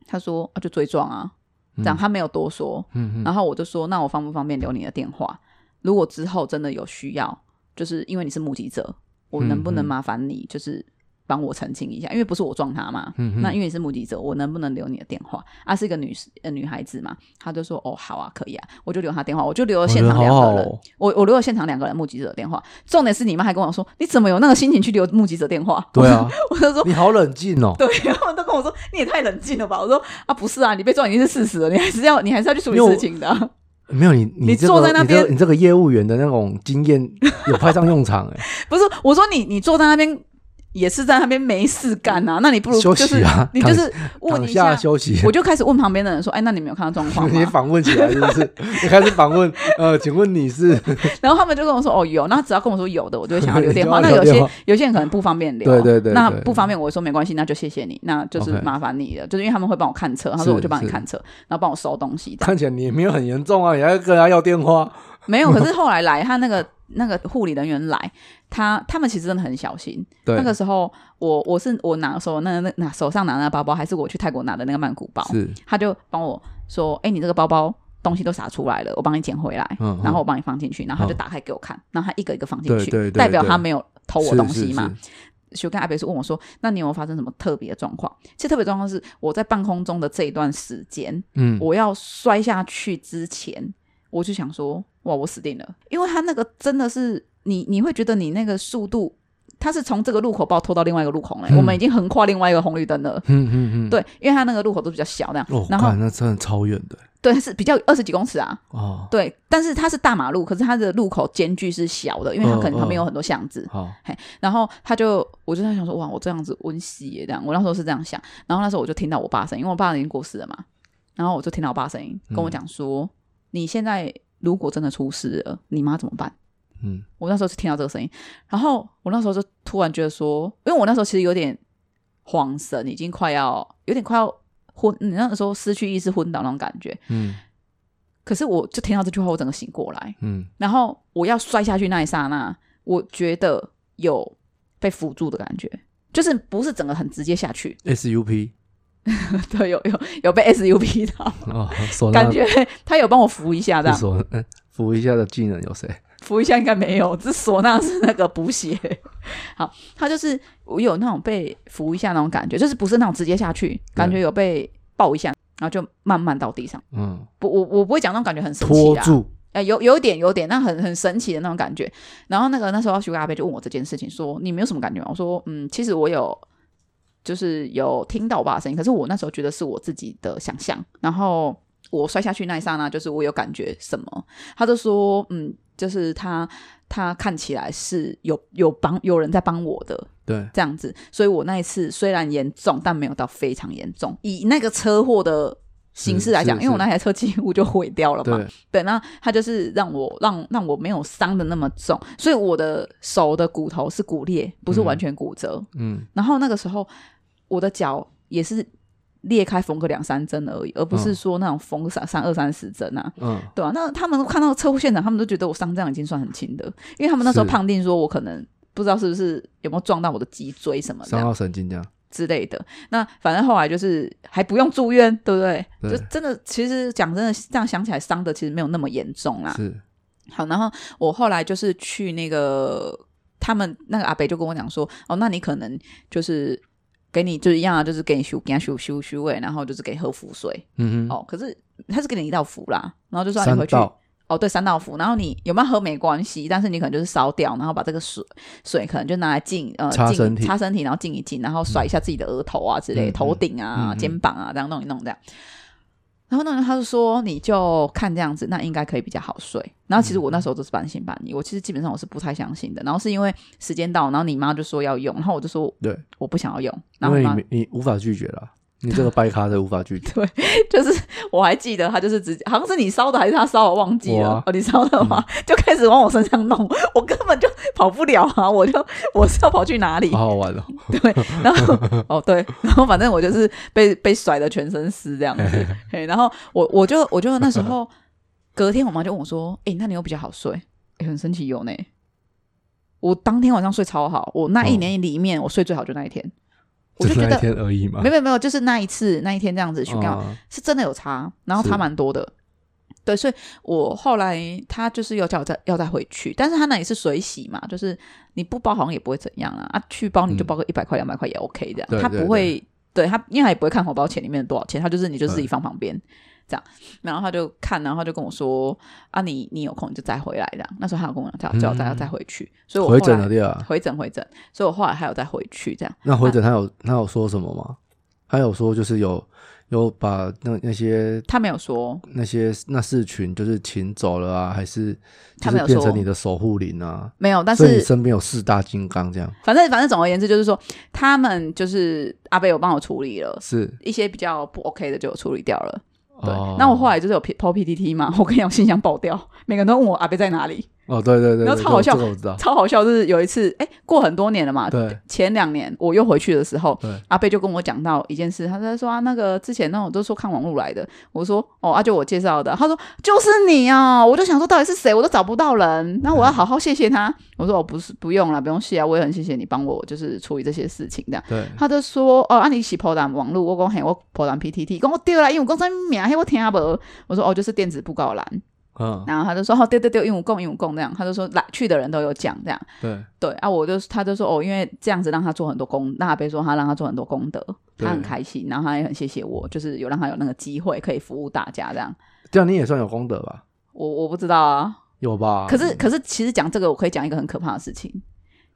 [SPEAKER 2] 他说：“啊，就追撞啊。”这样他没有多说，
[SPEAKER 1] 嗯嗯
[SPEAKER 2] 然后我就说，那我方不方便留你的电话？如果之后真的有需要，就是因为你是目击者，我能不能
[SPEAKER 1] 嗯嗯
[SPEAKER 2] 麻烦你，就是帮我澄清一下？因为不是我撞他嘛，
[SPEAKER 1] 嗯，
[SPEAKER 2] 那因为你是目击者，我能不能留你的电话？啊，是一个女士呃女孩子嘛，她就说哦好啊，可以啊，我就留她电话，我就留了
[SPEAKER 1] 哦
[SPEAKER 2] 现场两个人，我我留了现场两个人目击者的电话。重点是你妈还跟我说，你怎么有那个心情去留目击者电话？
[SPEAKER 1] 对啊，
[SPEAKER 2] 我就说
[SPEAKER 1] 你好冷静哦，
[SPEAKER 2] 对，他们都跟我说你也太冷静了吧？我说啊不是啊，你被撞已经是事实了，你还是要你还是要去处理
[SPEAKER 1] 因为我
[SPEAKER 2] 事情的啊、
[SPEAKER 1] 没有你
[SPEAKER 2] 你
[SPEAKER 1] 你这
[SPEAKER 2] 坐
[SPEAKER 1] 个
[SPEAKER 2] 在那
[SPEAKER 1] 你这个
[SPEAKER 2] 边
[SPEAKER 1] 你这个业务员的那种经 验有派上用场哎，
[SPEAKER 2] 不是，我说你你坐在那边也是在那边没事干啊，那你不如
[SPEAKER 1] 休
[SPEAKER 2] 就
[SPEAKER 1] 息
[SPEAKER 2] 是、
[SPEAKER 1] 啊
[SPEAKER 2] 你
[SPEAKER 1] 躺
[SPEAKER 2] 就是问
[SPEAKER 1] 躺
[SPEAKER 2] 一下，
[SPEAKER 1] 休息。
[SPEAKER 2] 我就开始问旁边的人说，哎，那你们有看到状 况
[SPEAKER 1] 你
[SPEAKER 2] 吗？
[SPEAKER 1] 访问起来是不 是？你开始访问，呃，请问你是？
[SPEAKER 2] 然后他们就跟我说，哦有，那只要跟我说有的，我就会想要留电话。
[SPEAKER 1] 你就要
[SPEAKER 2] 那有
[SPEAKER 1] 留电
[SPEAKER 2] 些
[SPEAKER 1] 话
[SPEAKER 2] 有些人可能不方便留，
[SPEAKER 1] 对对对
[SPEAKER 2] 那
[SPEAKER 1] 对
[SPEAKER 2] 不方便我说没关系，那就谢谢你，那就是
[SPEAKER 1] OK
[SPEAKER 2] 麻烦你了就是因为他们会帮我看车，他说
[SPEAKER 1] 是
[SPEAKER 2] 我就帮你
[SPEAKER 1] 是
[SPEAKER 2] 看车，然后帮我收东西的。
[SPEAKER 1] 看起来你也没有很严重啊，你还跟人家要电话？
[SPEAKER 2] 没 有，可是后来来他那个那个护理人员来，他他们其实真的很小心，
[SPEAKER 1] 对，
[SPEAKER 2] 那个时候，我我是我拿手那那拿手上拿那个包包，还是我去泰国拿的那个曼谷包，
[SPEAKER 1] 是
[SPEAKER 2] 他就帮我说：“哎、你这个包包东西都撒出来了，我帮你捡回来，
[SPEAKER 1] 嗯嗯
[SPEAKER 2] 然后我帮你放进去，然后他就
[SPEAKER 1] 嗯
[SPEAKER 2] 打开给我看，然后他一个一个放进
[SPEAKER 1] 对
[SPEAKER 2] 去，
[SPEAKER 1] 对对
[SPEAKER 2] 代表
[SPEAKER 1] 对
[SPEAKER 2] 他没有偷我
[SPEAKER 1] 是
[SPEAKER 2] 东
[SPEAKER 1] 是
[SPEAKER 2] 西嘛。
[SPEAKER 1] 是
[SPEAKER 2] 修跟阿北是问我说：“那你有没有发生什么特别的状况？”其实特别状况是我在半空中的这一段时间，
[SPEAKER 1] 嗯，
[SPEAKER 2] 我要摔下去之前，我就想说，哇，我死定了，因为他那个真的是你，你会觉得你那个速度，他是从这个路口把我拖到另外一个路口了、
[SPEAKER 1] 嗯
[SPEAKER 2] 我们已经横跨另外一个红绿灯了。
[SPEAKER 1] 嗯嗯嗯，
[SPEAKER 2] 对，因为他那个路口都比较小那样，
[SPEAKER 1] 哦，
[SPEAKER 2] 然后
[SPEAKER 1] 看那真的超远的
[SPEAKER 2] 对是比较二十几公尺啊，
[SPEAKER 1] 哦，
[SPEAKER 2] 对，但是它是大马路，可是它的路口间距是小的，因为它可
[SPEAKER 1] 嗯
[SPEAKER 2] 能旁边有
[SPEAKER 1] 嗯
[SPEAKER 2] 很多巷子，
[SPEAKER 1] 好，
[SPEAKER 2] 然后他就，我就在想说，哇，我这样子温习耶，这样。我那时候是这样想，然后那时候我就听到我爸声音，因为我爸已经过世了嘛，然后我就听到我爸声音跟我讲说，你现在如果真的出事了，你妈怎么办？
[SPEAKER 1] 嗯
[SPEAKER 2] 我那时候就听到这个声音，然后我那时候就突然觉得说，因为我那时候其实有点恍神，已经快要有点快要昏，你那个时候失去意识昏倒那种感觉。
[SPEAKER 1] 嗯
[SPEAKER 2] 可是我就听到这句话，我整个醒过来，
[SPEAKER 1] 嗯，
[SPEAKER 2] 然后我要摔下去那一刹那，我觉得有被扶住的感觉，就是不是整个很直接下去，
[SPEAKER 1] SUP
[SPEAKER 2] 对，有有有被 SUP 到，
[SPEAKER 1] 哦，手
[SPEAKER 2] 感觉他有帮我扶一下，这
[SPEAKER 1] 这
[SPEAKER 2] 样
[SPEAKER 1] 手嗯扶一下的技能有谁？
[SPEAKER 2] 扶一下应该没有，只唢呐是那个补血。 好，他就是我有那种被扶一下那种感觉，就是不是那种直接下去，感觉有被抱一下，然后就慢慢到地上。
[SPEAKER 1] 嗯，
[SPEAKER 2] 不，我我不会讲那种感觉很神奇
[SPEAKER 1] 拖
[SPEAKER 2] 啦，
[SPEAKER 1] 住，
[SPEAKER 2] 哎，有有点有点，那很很神奇的那种感觉。然后那个那时候徐阿贝就问我这件事情，说你没有什么感觉吗？我说嗯，其实我有，就是有听到我爸的声音，可是我那时候觉得是我自己的想象。然后我摔下去那一刹那，就是我有感觉什么，他就说嗯，就是他他看起来是有有帮有人在帮我的，
[SPEAKER 1] 对，
[SPEAKER 2] 这样子，所以我那一次虽然严重，但没有到非常严重。以那个车祸的形式来讲，
[SPEAKER 1] 是
[SPEAKER 2] 因为我
[SPEAKER 1] 是
[SPEAKER 2] 那台车几乎就毁掉了嘛，
[SPEAKER 1] 对，
[SPEAKER 2] 对，那他就是让我让让我没有伤的那么重，所以我的手的骨头是骨裂，不是完全骨折。
[SPEAKER 1] 嗯
[SPEAKER 2] 然后那个时候我的脚也是裂开缝个两三针而已，而不是
[SPEAKER 1] 嗯
[SPEAKER 2] 说那种缝个三三二三十针啊。
[SPEAKER 1] 嗯，
[SPEAKER 2] 对啊，那他们看到车祸现场，他们都觉得我伤这样已经算很轻的，因为他们那时候
[SPEAKER 1] 是
[SPEAKER 2] 判定说我可能不知道是不是有没有撞到我的脊椎什么这
[SPEAKER 1] 伤
[SPEAKER 2] 样
[SPEAKER 1] 到神经这样，
[SPEAKER 2] 之类的。那反正后来就是还不用住院，对不对？
[SPEAKER 1] 对
[SPEAKER 2] 就真的，其实讲真的，这样想起来伤的其实没有那么严重啦。
[SPEAKER 1] 是，
[SPEAKER 2] 好，然后我后来就是去那个他们那个阿北就跟我讲说，哦，那你可能就是给你就是一样啊，就是给你修给他修修哎修位，然后就是给喝符水、
[SPEAKER 1] 嗯哼，
[SPEAKER 2] 哦。可是他是给你一道符啦，然后就说你
[SPEAKER 1] 三
[SPEAKER 2] 回去
[SPEAKER 1] 道，
[SPEAKER 2] 哦，对，三道符。然后你有没有喝没关系，但是你可能就是烧掉，然后把这个水水可能就拿来浸呃
[SPEAKER 1] 擦
[SPEAKER 2] 浸
[SPEAKER 1] 身体嗯
[SPEAKER 2] 擦身体，然后浸一浸，然后甩一下自己的额头啊之类，
[SPEAKER 1] 嗯嗯
[SPEAKER 2] 头顶
[SPEAKER 1] 嗯
[SPEAKER 2] 啊、
[SPEAKER 1] 嗯
[SPEAKER 2] 肩膀啊这样弄一弄这样。然后呢，他就说你就看这样子，那应该可以比较好睡。然后其实
[SPEAKER 1] 嗯
[SPEAKER 2] 我那时候都是半信半疑，我其实基本上我是不太相信的。然后是因为时间到，然后你妈就说要用，然后我就说
[SPEAKER 1] 对，
[SPEAKER 2] 我不想要用，然
[SPEAKER 1] 因
[SPEAKER 2] 后我
[SPEAKER 1] 为
[SPEAKER 2] 妈
[SPEAKER 1] 你你无法拒绝了，你这个掰咖的无法拒 绝。
[SPEAKER 2] 就是我还记得他就是直接，好像是你烧的还是他烧的，忘记了。
[SPEAKER 1] 我啊
[SPEAKER 2] 哦，你烧的吗？就开始往我身上弄，我根本就跑不了啊！我就我是要跑去哪里？
[SPEAKER 1] 好好玩哦！
[SPEAKER 2] 对，然后哦对，然后反正我就是被被甩的全身湿这样子。嘿然后我我就我就那 时候隔天我妈就问我说：“哎、那你有比较好睡？”哎、很神奇有呢。我当天晚上睡超好，我那一
[SPEAKER 1] 哦
[SPEAKER 2] 年里面我睡最好就那一天，我
[SPEAKER 1] 就
[SPEAKER 2] 就
[SPEAKER 1] 那
[SPEAKER 2] 觉
[SPEAKER 1] 一
[SPEAKER 2] 得。
[SPEAKER 1] 天啊而已嘛。
[SPEAKER 2] 没有没有没有，就是那一次那一天这样子去干嘛，
[SPEAKER 1] 啊
[SPEAKER 2] 是真的有差，然后差
[SPEAKER 1] 是
[SPEAKER 2] 蛮多的。对，所以我后来他就是要叫我再要再回去，但是他那里是水洗嘛，就是你不包好像也不会怎样啊，啊去包你就包个一百块两百块也 OK 这样，
[SPEAKER 1] 嗯对
[SPEAKER 2] 他
[SPEAKER 1] 对
[SPEAKER 2] 不会对他，因为他也不会看红包钱里面多少钱，他就是你就自己放旁边这样，然后他就看，然后他就跟我说啊你你有空你就再回来这样，那时候他有跟我讲叫我再要再回去，所以我
[SPEAKER 1] 回
[SPEAKER 2] 后
[SPEAKER 1] 诊
[SPEAKER 2] 来
[SPEAKER 1] 了对啊，
[SPEAKER 2] 回诊回诊，所以我后来还有再回去这样，
[SPEAKER 1] 那回诊他有他有说什么吗？他有说就是有有把那那些
[SPEAKER 2] 他没有说
[SPEAKER 1] 那些那四群就是请走了啊，还是
[SPEAKER 2] 他
[SPEAKER 1] 就
[SPEAKER 2] 没有
[SPEAKER 1] 是变
[SPEAKER 2] 说
[SPEAKER 1] 成你的守护灵啊？
[SPEAKER 2] 没有，但
[SPEAKER 1] 所以你
[SPEAKER 2] 是
[SPEAKER 1] 身边有四大金刚这样
[SPEAKER 2] 反正反正总而言之，就是说他们就是阿贝有帮我处理了
[SPEAKER 1] 是
[SPEAKER 2] 一些比较不 OK 的，就有处理掉了。对，
[SPEAKER 1] 哦
[SPEAKER 2] 那我后来就是有 P- PO PPT 嘛，我跟你讲，我信箱爆掉，每个人都问我阿贝在哪里，
[SPEAKER 1] 哦对对对，
[SPEAKER 2] 然后
[SPEAKER 1] 对
[SPEAKER 2] 超好笑
[SPEAKER 1] 这个我知 道，
[SPEAKER 2] 超好笑。就是有一次，哎，过很多年了嘛，
[SPEAKER 1] 哦对
[SPEAKER 2] 前两年我又回去的时候
[SPEAKER 1] 对，
[SPEAKER 2] 阿贝就跟我讲到一件事，他在说啊，那个之前那种都说看网络来的，我说哦，啊就我介绍的，他说就是你哦，我就想说到底是谁，我都找不到
[SPEAKER 1] 嗯
[SPEAKER 2] 人，那我要好好谢谢他。我说哦，不是不用了，不用谢啊，我也很谢谢你帮我就是处理这些事情这样。
[SPEAKER 1] 对
[SPEAKER 2] 他就说：“哦，啊，你是破烂网络，我讲嘿，我破烂 PTT，讲我哦对啦，因为我讲啥名嘿，我听无。”我说：“哦，就是电子布告栏。
[SPEAKER 1] 嗯”
[SPEAKER 2] 然后他就说：“哦，对对对，因为我供，因为我供这样。”他就说：“来去的人都有讲这样。
[SPEAKER 1] 对”
[SPEAKER 2] 对啊，我就他就说：“哦，因为这样子让他做很多功，那阿贝说他让他做很多功德，
[SPEAKER 1] 对
[SPEAKER 2] 他很开心，然后他也很谢谢我，就是有让他有那个机会可以服务大家这样。
[SPEAKER 1] 这样你也算有功德吧？
[SPEAKER 2] 我我不知道啊，
[SPEAKER 1] 有吧？
[SPEAKER 2] 可是可是其实讲这个，我可以讲一个很可怕的事情，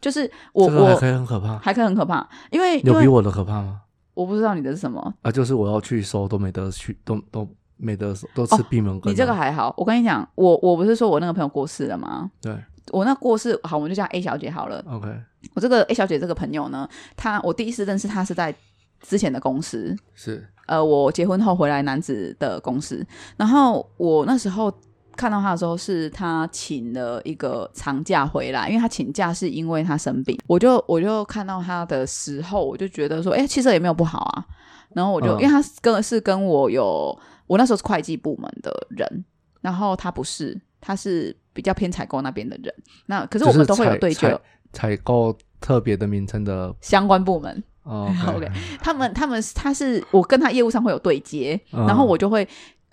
[SPEAKER 2] 就是我
[SPEAKER 1] 这个还
[SPEAKER 2] 我
[SPEAKER 1] 可以很可怕，
[SPEAKER 2] 还可以很可怕，因为因
[SPEAKER 1] 有比
[SPEAKER 2] 为
[SPEAKER 1] 我的可怕吗？
[SPEAKER 2] 我不知道你的是什么，
[SPEAKER 1] 啊，就是我要去收都没得去，都都没得收，都吃闭门羹啊。
[SPEAKER 2] 哦你这个还好，我跟你讲，我我不是说我那个朋友过世了吗？
[SPEAKER 1] 对
[SPEAKER 2] 我那过世好，我们就叫 A 小姐好了。
[SPEAKER 1] ，OK
[SPEAKER 2] 我这个 A 小姐这个朋友呢，她我第一次认识她是在之前的公司，
[SPEAKER 1] 是
[SPEAKER 2] 呃，我结婚后回来男子的公司。然后我那时候看到她的时候，是她请了一个长假回来，因为她请假是因为她生病。我就我就看到她的时候，我就觉得说，哎、其实也没有不好啊。然后我就、
[SPEAKER 1] 嗯
[SPEAKER 2] 因为她是跟是跟我有，我那时候是会计部门的人，然后她不是，她是比较偏采购那边的人。那可是我
[SPEAKER 1] 就是
[SPEAKER 2] 们都会有
[SPEAKER 1] 采
[SPEAKER 2] 对
[SPEAKER 1] 采
[SPEAKER 2] 焦
[SPEAKER 1] 采购特别的名称的
[SPEAKER 2] 相关部门。
[SPEAKER 1] 哦
[SPEAKER 2] OK，他们他们他是我跟他业务上会有对接，
[SPEAKER 1] 嗯
[SPEAKER 2] 然后我就会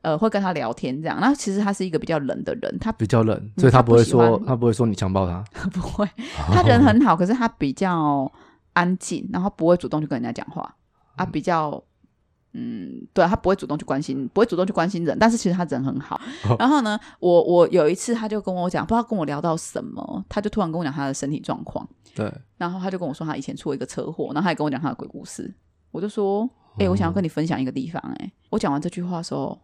[SPEAKER 2] 呃会跟他聊天这样。然后其实他是一个比较冷的人，他
[SPEAKER 1] 比较冷，所以他
[SPEAKER 2] 他不
[SPEAKER 1] 不会
[SPEAKER 2] 喜欢
[SPEAKER 1] 说他不会说你强暴他，哦
[SPEAKER 2] 不会，他人很好，可是他比较安静，然后不会主动去跟人家讲话啊，比较。嗯，对他不会主动去关心，不会主动去关心人，但是其实他人很好。然后呢，我我有一次他就跟我讲，不知道跟我聊到什么，他就突然跟我讲他的身体状况，
[SPEAKER 1] 对，
[SPEAKER 2] 然后他就跟我说他以前出了一个车祸，然后他也跟我讲他的鬼故事。我就说，哎、我想要跟你分享一个地方、欸，哎，我讲完这句话的时候，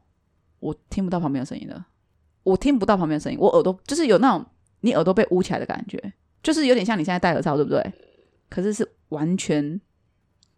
[SPEAKER 2] 我听不到旁边的声音了，我听不到旁边的声音，我耳朵就是有那种你耳朵被捂起来的感觉，就是有点像你现在戴耳罩，对不对？可是是完全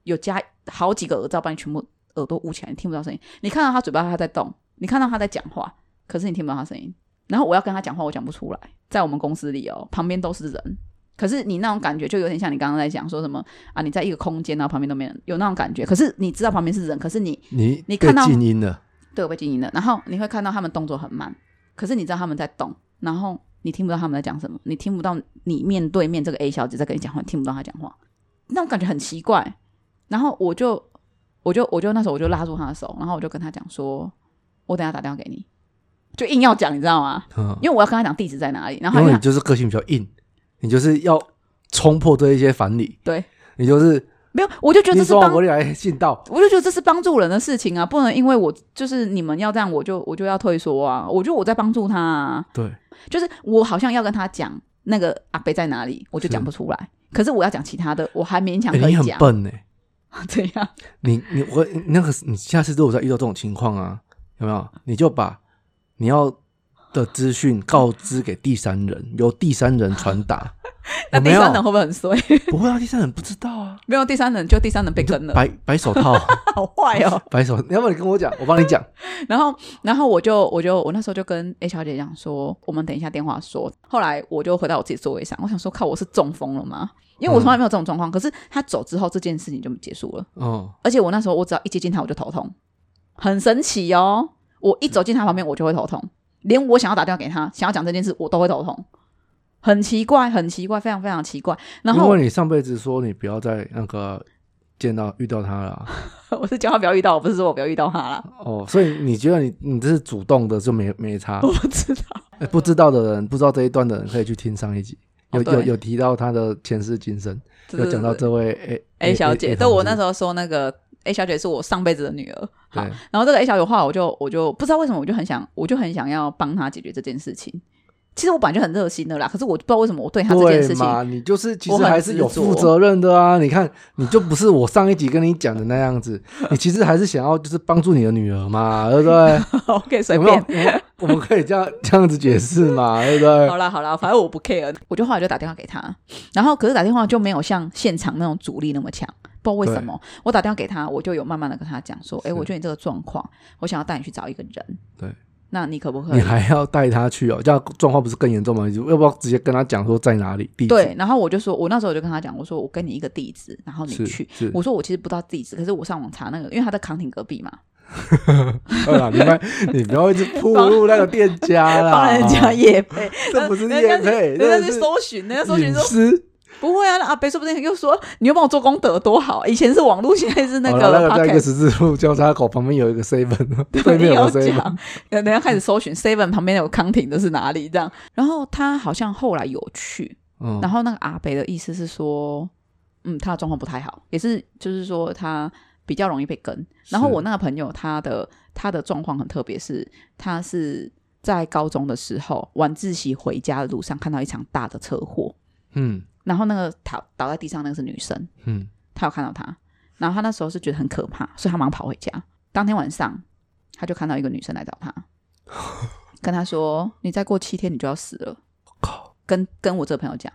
[SPEAKER 2] 有加好几个耳罩把你全部耳朵捂起来，你听不到声音。你看到他嘴巴他在动，你看到他在讲话，可是你听不到他声音。然后我要跟他讲话，我讲不出来，在我们公司里哦，旁边都是人。可是你那种感觉就有点像你刚刚在讲说什么啊？你在一个空间，然后旁边都没人，有那种感觉。可是你知道旁边是人，可是你
[SPEAKER 1] 你
[SPEAKER 2] 你
[SPEAKER 1] 被
[SPEAKER 2] 看到
[SPEAKER 1] 静音了，
[SPEAKER 2] 对我被静音了。然后你会看到他们动作很慢，可是你知道他们在动，然后你听不到他们在讲什么，你听不到你面对面这个 A 小姐在跟你讲话，你听不到她讲话，那种感觉很奇怪。然后我就我就我就那时候我就拉住她的手，然后我就跟她讲说，我等一下打电话给你，就硬要讲，你知道吗？
[SPEAKER 1] 嗯，
[SPEAKER 2] 因为我要跟她讲地址在哪里，然后
[SPEAKER 1] 因
[SPEAKER 2] 她
[SPEAKER 1] 为你就是个性比较硬，你就是要冲破这一些反理，
[SPEAKER 2] 对
[SPEAKER 1] 你就是
[SPEAKER 2] 没有，我就觉得
[SPEAKER 1] 你
[SPEAKER 2] 这是
[SPEAKER 1] 说
[SPEAKER 2] 帮
[SPEAKER 1] 我，来信道，
[SPEAKER 2] 我就觉得这是帮助人的事情啊，不能因为我就是你们要这样，我就我就要退缩啊，我觉得我在帮助他、啊，
[SPEAKER 1] 对，
[SPEAKER 2] 就是我好像要跟他讲那个阿北在哪里，我就讲不出来。可是我要讲其他的，我还勉强
[SPEAKER 1] 欸
[SPEAKER 2] 可
[SPEAKER 1] 你
[SPEAKER 2] 以
[SPEAKER 1] 很
[SPEAKER 2] 讲。
[SPEAKER 1] 笨嗯哎、
[SPEAKER 2] 这样。
[SPEAKER 1] 你你我那个你下次如果再遇到这种情况啊，有没有？你就把你要的资讯告知给第三人，由第三人传达
[SPEAKER 2] 那
[SPEAKER 1] 有
[SPEAKER 2] 第
[SPEAKER 1] 没有
[SPEAKER 2] 三人会不会很衰？
[SPEAKER 1] 不会啊，第三人不知道啊，
[SPEAKER 2] 没有第三人，就第三人被跟 了，
[SPEAKER 1] 白白手 套，
[SPEAKER 2] 好坏哦。
[SPEAKER 1] 白手。要不然你跟我讲，我帮你讲。
[SPEAKER 2] 然后，然后我就我就我那时候就跟 A 小姐讲说，我们等一下电话说。后来我就回到我自己座位上，我想说，靠，我是中风了吗？因为我从来没有这种状况。可是她走之后，这件事情就结束了。
[SPEAKER 1] 哦，
[SPEAKER 2] 而且我那时候我只要一接近她，我就头痛，很神奇哦。我一走进她旁边，我就会头痛，连我想要打电话给她，想要讲这件事，我都会头痛，很奇怪，很奇怪，非常非常奇怪。然
[SPEAKER 1] 因
[SPEAKER 2] 后
[SPEAKER 1] 为你上辈子说你不要再那个见到遇到他了啊、
[SPEAKER 2] 我是叫她不要遇到，我不是说我不要遇到她啦。
[SPEAKER 1] 哦，所以你觉得你你这是主动的就没没差
[SPEAKER 2] 我，不知道，
[SPEAKER 1] 欸不知道的人不知道这一段的人可以去听上一集，有、
[SPEAKER 2] 哦对
[SPEAKER 1] 有有提到他的前世今生，有讲到
[SPEAKER 2] 对对对
[SPEAKER 1] 这位 A
[SPEAKER 2] A 哎小姐，但我那时
[SPEAKER 1] 候
[SPEAKER 2] 候说那个 A 小姐是我上辈子的女儿。好
[SPEAKER 1] 对，
[SPEAKER 2] 然后这个 A 小姐的话，我就我就不知道为什么，我就很想，我就很想要帮她解决这件事情。其实我本来就很热心的啦，可是我不知道为什么我对她这件事
[SPEAKER 1] 对
[SPEAKER 2] 情，
[SPEAKER 1] 嘛，你就是其
[SPEAKER 2] 我
[SPEAKER 1] 实
[SPEAKER 2] 很
[SPEAKER 1] 还是
[SPEAKER 2] 执
[SPEAKER 1] 有
[SPEAKER 2] 着
[SPEAKER 1] 负责任的啊！你看，你就不是我上一集跟你讲的那样 子，你其实还是想要就是帮助你的女儿嘛，对不 对？
[SPEAKER 2] 我可以随
[SPEAKER 1] 有没有
[SPEAKER 2] 便。？
[SPEAKER 1] 我们我们可以这样这样子解释嘛，对不对
[SPEAKER 2] 好？啦好啦，反正我不 care，我就后来就打电话给她，然后可是打电话就没有像现场那种阻力那么强，不知道为什么。我打电话给她，我就有慢慢的跟她讲说，哎、
[SPEAKER 1] 是
[SPEAKER 2] 我觉得你这个状况，我想要带你去找一个人，
[SPEAKER 1] 对，
[SPEAKER 2] 那你可不可
[SPEAKER 1] 你
[SPEAKER 2] 以？
[SPEAKER 1] 还要带她去哦，这样状况不是更严重吗？你要不要直接跟她讲说在哪里？地址
[SPEAKER 2] 对，然后我就说，我那时候我就跟他讲，我说我给你一个地址，然后你
[SPEAKER 1] 是
[SPEAKER 2] 去。
[SPEAKER 1] 是，
[SPEAKER 2] 我说我其实不知道地址，可是我上网查那个，因为他在康廷 隔壁嘛，
[SPEAKER 1] 对啦，你们 你不要一直铺路那个店家啦，
[SPEAKER 2] 帮人家夜配，
[SPEAKER 1] 啊 这不是
[SPEAKER 2] 人家
[SPEAKER 1] 业配，
[SPEAKER 2] 人家
[SPEAKER 1] 这
[SPEAKER 2] 去
[SPEAKER 1] 是嗯
[SPEAKER 2] 搜寻，人家搜寻
[SPEAKER 1] 隐
[SPEAKER 2] 说
[SPEAKER 1] 私
[SPEAKER 2] 不会啊，那阿北说不定又说你又帮我做功德多好，以前是网络，现在是那
[SPEAKER 1] 好
[SPEAKER 2] 个
[SPEAKER 1] 了那个在一个
[SPEAKER 2] podcast。
[SPEAKER 1] 十字路交叉口旁边有一个 seven，对 面有
[SPEAKER 2] 有
[SPEAKER 1] seven，
[SPEAKER 2] 讲，人家开始搜寻 Seven 旁边有康廷的是哪里这样，然后他好像后来有去，
[SPEAKER 1] 嗯，
[SPEAKER 2] 然后那个阿北的意思是说，嗯，他的状况不太好，也是就是说他比较容易被跟。然后
[SPEAKER 1] 是
[SPEAKER 2] 我那个朋友，他的他的状况很特别是，他是在高中的时候晚自习回家的路上看到一场大的车祸，
[SPEAKER 1] 嗯
[SPEAKER 2] 然后那个倒倒在地上那个是女生，
[SPEAKER 1] 嗯，
[SPEAKER 2] 他有看到他，然后他那时候是觉得很可怕，所以他马上跑回家。当天晚上，他就看到一个女生来找 他，跟他说：“你再过七天你就要死了。”
[SPEAKER 1] 靠，
[SPEAKER 2] 跟跟我这个朋友讲，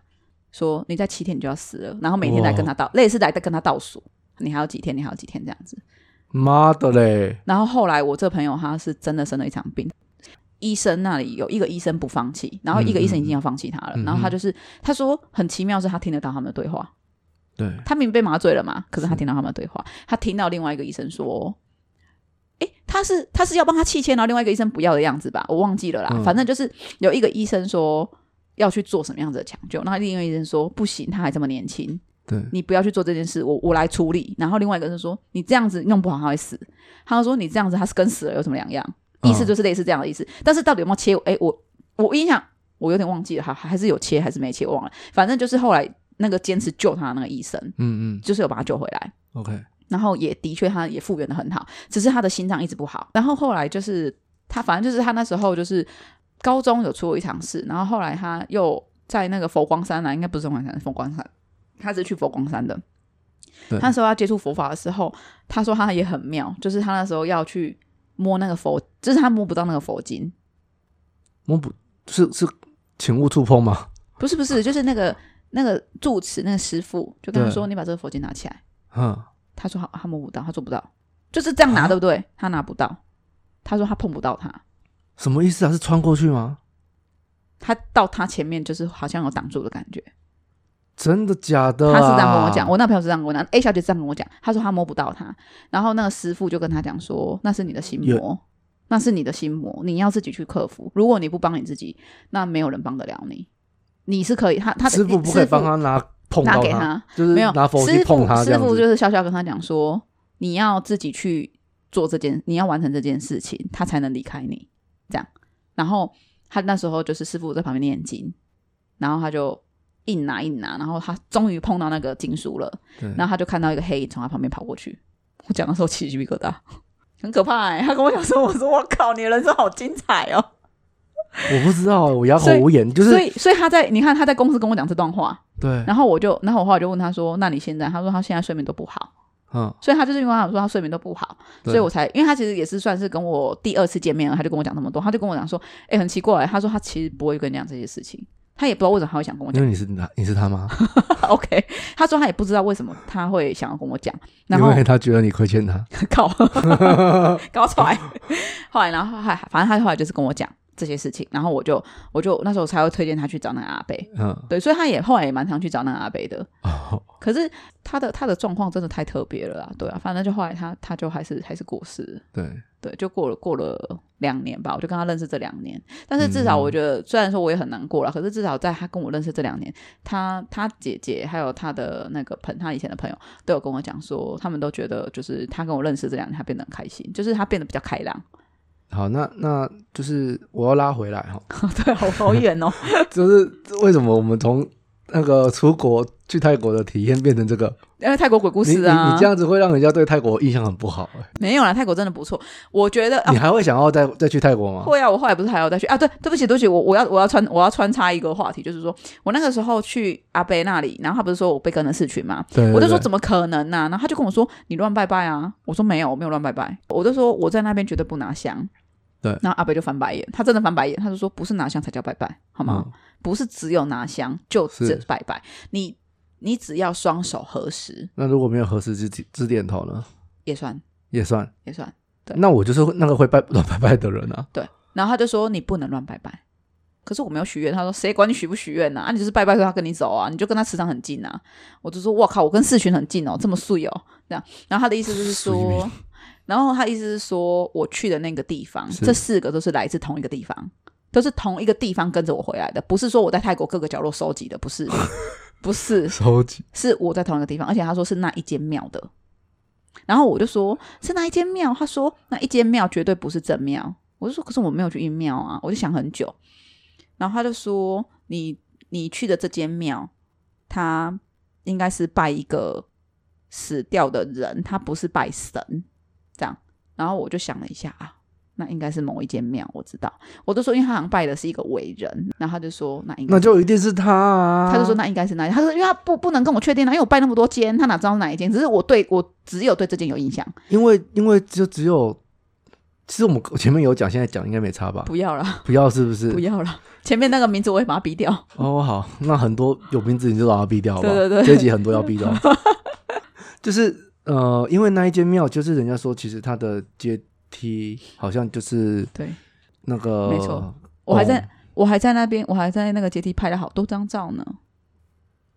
[SPEAKER 2] 说你在七天你就要死了，然后每天来跟他倒，类似来跟他倒数，你还有几天，你还有几天这样子。
[SPEAKER 1] 妈的嘞，
[SPEAKER 2] 然后后来我这个朋友他是真的生了一场病，医生那里有一个医生不放弃，然后一个医生已经要放弃他了，
[SPEAKER 1] 嗯嗯嗯嗯
[SPEAKER 2] 然后他就是他说很奇妙是他听得到他们的对话，
[SPEAKER 1] 对，
[SPEAKER 2] 他明明被麻醉了嘛，可是他听到他们的对话，他听到另外一个医生说。诶，他是他是要帮他弃签，然后另外一个医生不要的样子吧，我忘记了啦。
[SPEAKER 1] 嗯
[SPEAKER 2] 反正就是有一个医生说要去做什么样子的抢救，然后另一个医生说不行，他还这么年轻，
[SPEAKER 1] 对，
[SPEAKER 2] 你不要去做这件事，我我来处理。然后另外一个人说你这样子弄不好他会死，他说你这样子他是跟死了有什么两样？
[SPEAKER 1] 嗯
[SPEAKER 2] 意思就是类似这样的意思。但是到底有没有切？哎，我我印象我有点忘记了，还还是有切还是没切，我忘了。反正就是后来那个坚持救他的那个医生，
[SPEAKER 1] 嗯嗯
[SPEAKER 2] 就是有把他救回来，
[SPEAKER 1] ，OK，
[SPEAKER 2] 然后也的确他也复原的很好，只是他的心脏一直不好。然后后来就是他，反正就是他那时候就是高中有出过一场事，然后后来他又在那个佛光山啊，应该不是佛光山，是佛光山， 他是去佛光山的。
[SPEAKER 1] 对
[SPEAKER 2] 那时候他接触佛法的时候，他说他也很妙，就是他那时候要去摸那个佛，就是他摸不到那个佛经，
[SPEAKER 1] 摸不是是请勿触碰吗？
[SPEAKER 2] 不是不是，就是那个那个住持那个师傅就跟他
[SPEAKER 1] 对
[SPEAKER 2] 说，你把这个佛经拿起来。
[SPEAKER 1] 嗯，
[SPEAKER 2] 他说他他摸不到，他做不到，就是这样
[SPEAKER 1] 啊
[SPEAKER 2] 拿，对不对？他拿不到，他说他碰不到他，
[SPEAKER 1] 什么意思啊？是穿过去吗？
[SPEAKER 2] 他到他前面就是好像有挡住的感觉。
[SPEAKER 1] 真的假的？啊
[SPEAKER 2] 他是这样跟我讲，，我那朋友是这样跟我讲，A 小姐是这样跟我讲，她说她摸不到他，然后那个师傅就跟他讲说，那是你的心魔，那是你的心魔，你要自己去克服。如果你不帮你自己，那没有人帮得了你。你是可以，他他
[SPEAKER 1] 师傅不可以帮他拿碰
[SPEAKER 2] 拿
[SPEAKER 1] 到
[SPEAKER 2] 给他，
[SPEAKER 1] 就是
[SPEAKER 2] 没有
[SPEAKER 1] 拿佛去
[SPEAKER 2] 师傅
[SPEAKER 1] 碰他这
[SPEAKER 2] 师
[SPEAKER 1] 样
[SPEAKER 2] 傅
[SPEAKER 1] 子，
[SPEAKER 2] 就是笑笑跟他讲说，你要自己去做这件，你要完成这件事情，他才能离开你。这样，然后他那时候就是师傅在旁边念经，然后他就硬拿硬拿，然后他终于碰到那个经书了，
[SPEAKER 1] 对，
[SPEAKER 2] 然后他就看到一个黑影从他旁边跑过去。我讲的时候起鸡皮疙瘩，很可怕哎、他跟我讲说，我说我靠，你的人生好精彩哦。
[SPEAKER 1] 我不知道，啊我哑口
[SPEAKER 2] 所以
[SPEAKER 1] 无言，就是
[SPEAKER 2] 所以，所以他在你看他在公司跟我讲这段话，
[SPEAKER 1] 对，
[SPEAKER 2] 然后我就，然后我后来就问他说：“那你现在？”他说他现在睡眠都不好，
[SPEAKER 1] 嗯，
[SPEAKER 2] 所以他就是因为他说他睡眠都不好，
[SPEAKER 1] 对
[SPEAKER 2] 所以我才，因为他其实也是算是跟我第二次见面了，他就跟我讲这么多，他就跟我讲说：“哎、很奇怪、他说他其实不会跟你讲这些事情，他也不知道为什么他会想跟我
[SPEAKER 1] 因
[SPEAKER 2] 讲。
[SPEAKER 1] 为你是他，你是他妈，
[SPEAKER 2] OK，他说他也不知道为什么他会想要跟我讲， 然
[SPEAKER 1] 因
[SPEAKER 2] 后
[SPEAKER 1] 为他觉得你亏欠他，
[SPEAKER 2] 靠，搞出来。后来，然后还反正他后来就是跟我讲这些事情，然后我就我就那时候才会推荐他去找那个阿北，
[SPEAKER 1] 嗯，
[SPEAKER 2] 对，所以他也后来也蛮常去找那个阿北的。
[SPEAKER 1] 哦，
[SPEAKER 2] 可是他的他的状况真的太特别了啦，对啊，反正就后来他他就还是还是过世了，
[SPEAKER 1] 对，
[SPEAKER 2] 对，就过了过了两年吧，我就跟他认识这两年，但是至少
[SPEAKER 1] 嗯
[SPEAKER 2] 我觉得、虽然说我也很难过了，可是至少在他跟我认识这两年，他他姐姐还有他的那个朋他以前的朋友都有跟我讲说，他们都觉得就是他跟我认识这两年，他变得很开心，就是他变得比较开朗，
[SPEAKER 1] 好，那那就是我要拉回来哈，
[SPEAKER 2] 对，好好远哦，
[SPEAKER 1] 就是为什么我们从那个出国去泰国的体验变成这个？
[SPEAKER 2] 因为泰国鬼故
[SPEAKER 1] 你你
[SPEAKER 2] 事啊，
[SPEAKER 1] 你这样子会让人家对泰国印象很不好、欸
[SPEAKER 2] 没有啦，泰国真的不错，我觉得啊
[SPEAKER 1] 你还会想要再再去泰国吗？
[SPEAKER 2] 会啊，我后来不是还要再去啊？对，对不起，对不起，我我要我要穿我要穿插一个话题，就是说我那个时候去阿贝那里，然后他不是说我被跟了四群吗？
[SPEAKER 1] 对对
[SPEAKER 2] 我就说
[SPEAKER 1] 对
[SPEAKER 2] 怎么可能啊呢、然后他就跟我说你乱拜拜啊！我说没有，我没有乱拜拜。我就说我在那边绝对不拿香。
[SPEAKER 1] 对
[SPEAKER 2] 然后阿贝就翻白眼，他真的翻白眼，他就说不是拿香才叫拜拜，好吗？
[SPEAKER 1] 嗯
[SPEAKER 2] 不是只有拿香就只
[SPEAKER 1] 是
[SPEAKER 2] 拜拜，你你只要双手合十
[SPEAKER 1] 那如果没有合适之之点头呢，
[SPEAKER 2] 也算
[SPEAKER 1] 也算。
[SPEAKER 2] 也算。对
[SPEAKER 1] 那我就是那个会拜乱拜拜的人啊。
[SPEAKER 2] 然后他就说你不能乱拜拜。可是我没有许愿，他说谁管你许不许愿呐、啊？你就是拜拜说他跟你走啊，你就跟他磁场很近啊。我就说我靠，我跟四群很近哦，这么素哦，这样。然后他的意思就是
[SPEAKER 1] 素
[SPEAKER 2] 说，然后他意思是说我去的那个地方，
[SPEAKER 1] 是
[SPEAKER 2] 这四个都是来自同一个地方，都是同一个地方跟着我回来的，不是说我在泰国各个角落收集的，不是，不是，
[SPEAKER 1] 收集
[SPEAKER 2] 是我在同一个地方，而且他说是那一间庙的。然后我就说是那一间庙，他说那一间庙绝对不是正庙。我就说可是我没有去阴庙啊，我就想很久。然后他就说你你去的这间庙，他应该是拜一个死掉的人，他不是拜神这样。然后我就想了一下啊，那应该是某一间庙，我知道。我就说因为他好像拜的是一个伟人，然后他就说那应该
[SPEAKER 1] 那就一定是他啊。
[SPEAKER 2] 他就说那应该是哪一间？他说因为他不不能跟我确定啊，因为我拜那么多间，他哪知道哪一间？只是我对我只有对这间有印象。
[SPEAKER 1] 因为因为就只有，其实我们前面有讲，现在讲应该没差吧？
[SPEAKER 2] 不要了，
[SPEAKER 1] 不要是不是？
[SPEAKER 2] 不要了，前面那个名字我也把它逼掉。
[SPEAKER 1] 哦，好，那很多有名字你就把它毙掉好不好？
[SPEAKER 2] 对对对
[SPEAKER 1] 这一集很多要毙 掉。就是呃，因为那一间庙，就是人家说，其实它的阶梯好像就是
[SPEAKER 2] 对
[SPEAKER 1] 那个，
[SPEAKER 2] 没错， 我还在、
[SPEAKER 1] 哦
[SPEAKER 2] 我还在那边，我还在那个阶梯拍了好多张照呢。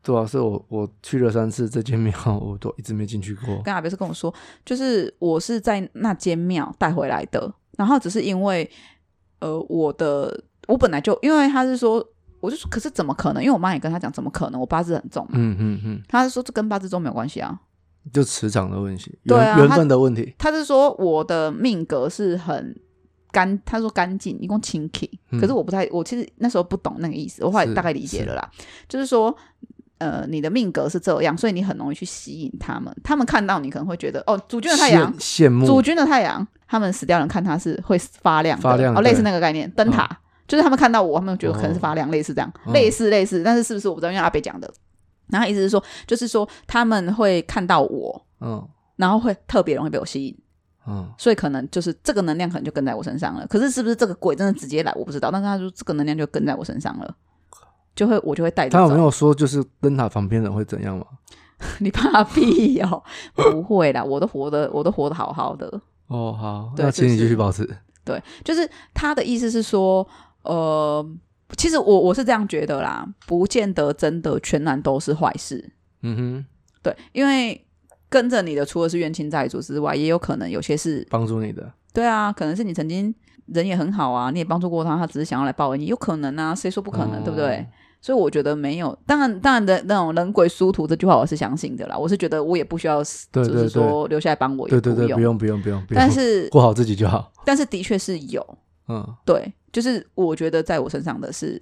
[SPEAKER 1] 对啊，所以我我去了三次这间庙，我都一直没进去过。
[SPEAKER 2] 跟阿北是跟我说，就是我是在那间庙带回来的，然后只是因为呃我的我本来就因为他是说，我就说可是怎么可能？因为我妈也跟他讲怎么可能？我八字很重嘛，
[SPEAKER 1] 嗯嗯嗯，
[SPEAKER 2] 他是说这跟八字重没有关系啊。
[SPEAKER 1] 就磁场的问题，
[SPEAKER 2] 对
[SPEAKER 1] 缘、
[SPEAKER 2] 啊
[SPEAKER 1] 缘
[SPEAKER 2] 它
[SPEAKER 1] 分的问题。
[SPEAKER 2] 他是说我的命格是很干，他说干净，一共清 k
[SPEAKER 1] 嗯
[SPEAKER 2] 可是我不太，我其实那时候不懂那个意思，我后来
[SPEAKER 1] 是
[SPEAKER 2] 大概理解了啦。就是说，呃，你的命格是这样，所以你很容易去吸引他们，他们看到你可能会觉得，哦，主君的太阳，
[SPEAKER 1] 羡羡
[SPEAKER 2] 主
[SPEAKER 1] 慕，
[SPEAKER 2] 君的太阳，他们死掉人看他是会发亮的，
[SPEAKER 1] 发亮
[SPEAKER 2] 哦，类似
[SPEAKER 1] 对
[SPEAKER 2] 那个概念，灯塔。就是他们看到我，他们觉得可能是发亮，类似这样，
[SPEAKER 1] 哦
[SPEAKER 2] 类似类似，但是是不是我不知道，因为阿北讲的。然后他意思是说，就是说他们会看到我，
[SPEAKER 1] 嗯
[SPEAKER 2] 然后会特别容易被我吸引，
[SPEAKER 1] 嗯，
[SPEAKER 2] 所以可能就是这个能量可能就跟在我身上了。可是是不是这个鬼真的直接来，我不知道。但是他说这个能量就跟在我身上了，就会我就会带着
[SPEAKER 1] 他有
[SPEAKER 2] 走。
[SPEAKER 1] 没有说就是灯塔旁边人会怎样嘛？
[SPEAKER 2] 你怕屁哦？不会啦，我都活得我都活得好好的。
[SPEAKER 1] 哦，好，
[SPEAKER 2] 对
[SPEAKER 1] 那请你
[SPEAKER 2] 就是
[SPEAKER 1] 继续保持。
[SPEAKER 2] 对，就是他的意思是说，呃，其实我我是这样觉得啦，不见得真的全然都是坏事。
[SPEAKER 1] 嗯哼，
[SPEAKER 2] 对，因为跟着你的除了是冤亲债主之外，也有可能有些是
[SPEAKER 1] 帮助你的，
[SPEAKER 2] 对啊，可能是你曾经人也很好啊，你也帮助过他，他只是想要来报恩你，有可能啊，谁说不可能，
[SPEAKER 1] 哦
[SPEAKER 2] 对不对？所以我觉得没有，当然，当然的那种人鬼殊途这句话我是相信的啦。我是觉得我也不需要，
[SPEAKER 1] 对
[SPEAKER 2] 就
[SPEAKER 1] 对对
[SPEAKER 2] 是说留下来帮我也
[SPEAKER 1] 对对
[SPEAKER 2] 不
[SPEAKER 1] 对，
[SPEAKER 2] 用。
[SPEAKER 1] 不用不用不用，不用
[SPEAKER 2] 但是，
[SPEAKER 1] 过好自己就好。
[SPEAKER 2] 但是的确是有，
[SPEAKER 1] 嗯，
[SPEAKER 2] 对，就是我觉得在我身上的是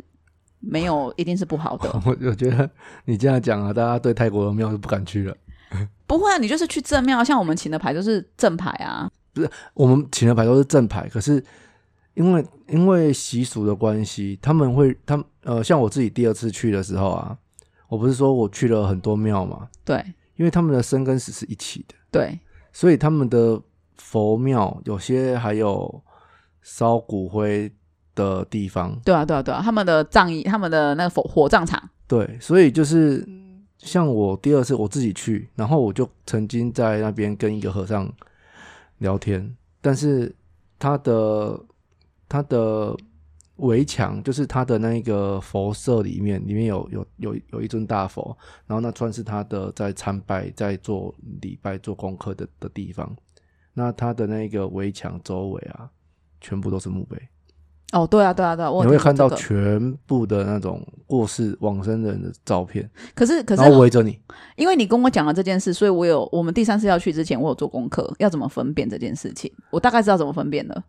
[SPEAKER 2] 没有一定是不好 的。
[SPEAKER 1] 我我觉得你这样讲啊，大家对泰国的庙就不敢去了。
[SPEAKER 2] 不会啊，你就是去正庙，像我们请的牌就是正牌啊。
[SPEAKER 1] 我们请的牌都是正牌，可是因为因为习俗的关系，他们会他们呃，像我自己第二次去的时候啊，我不是说我去了很多庙嘛，
[SPEAKER 2] 对
[SPEAKER 1] 因为他们的生跟死是一起的，
[SPEAKER 2] 对，
[SPEAKER 1] 所以他们的佛庙有些还有烧骨灰的地方，
[SPEAKER 2] 对啊，对啊，对啊，他们的葬仪，他们的那个火火葬场，
[SPEAKER 1] 对，所以就是像我第二次我自己去，然后我就曾经在那边跟一个和尚聊天，但是他的他的围墙就是他的那个佛舍里面，里面有有有有一尊大佛，然后那算是他的在参拜、在做礼拜、做功课的的地方。那他的那个围墙周围啊，全部都是墓碑。
[SPEAKER 2] 哦，对啊，对啊，对啊，我
[SPEAKER 1] 你
[SPEAKER 2] 有
[SPEAKER 1] 会
[SPEAKER 2] 听过
[SPEAKER 1] 看到
[SPEAKER 2] 这个
[SPEAKER 1] 全部的那种过世往生人的照片，
[SPEAKER 2] 可是可
[SPEAKER 1] 然后
[SPEAKER 2] 是，
[SPEAKER 1] 围着你。
[SPEAKER 2] 因为你跟我讲了这件事，所以我有我们第三次要去之前，我有做功课，要怎么分辨这件事情，我大概知道怎么分辨了。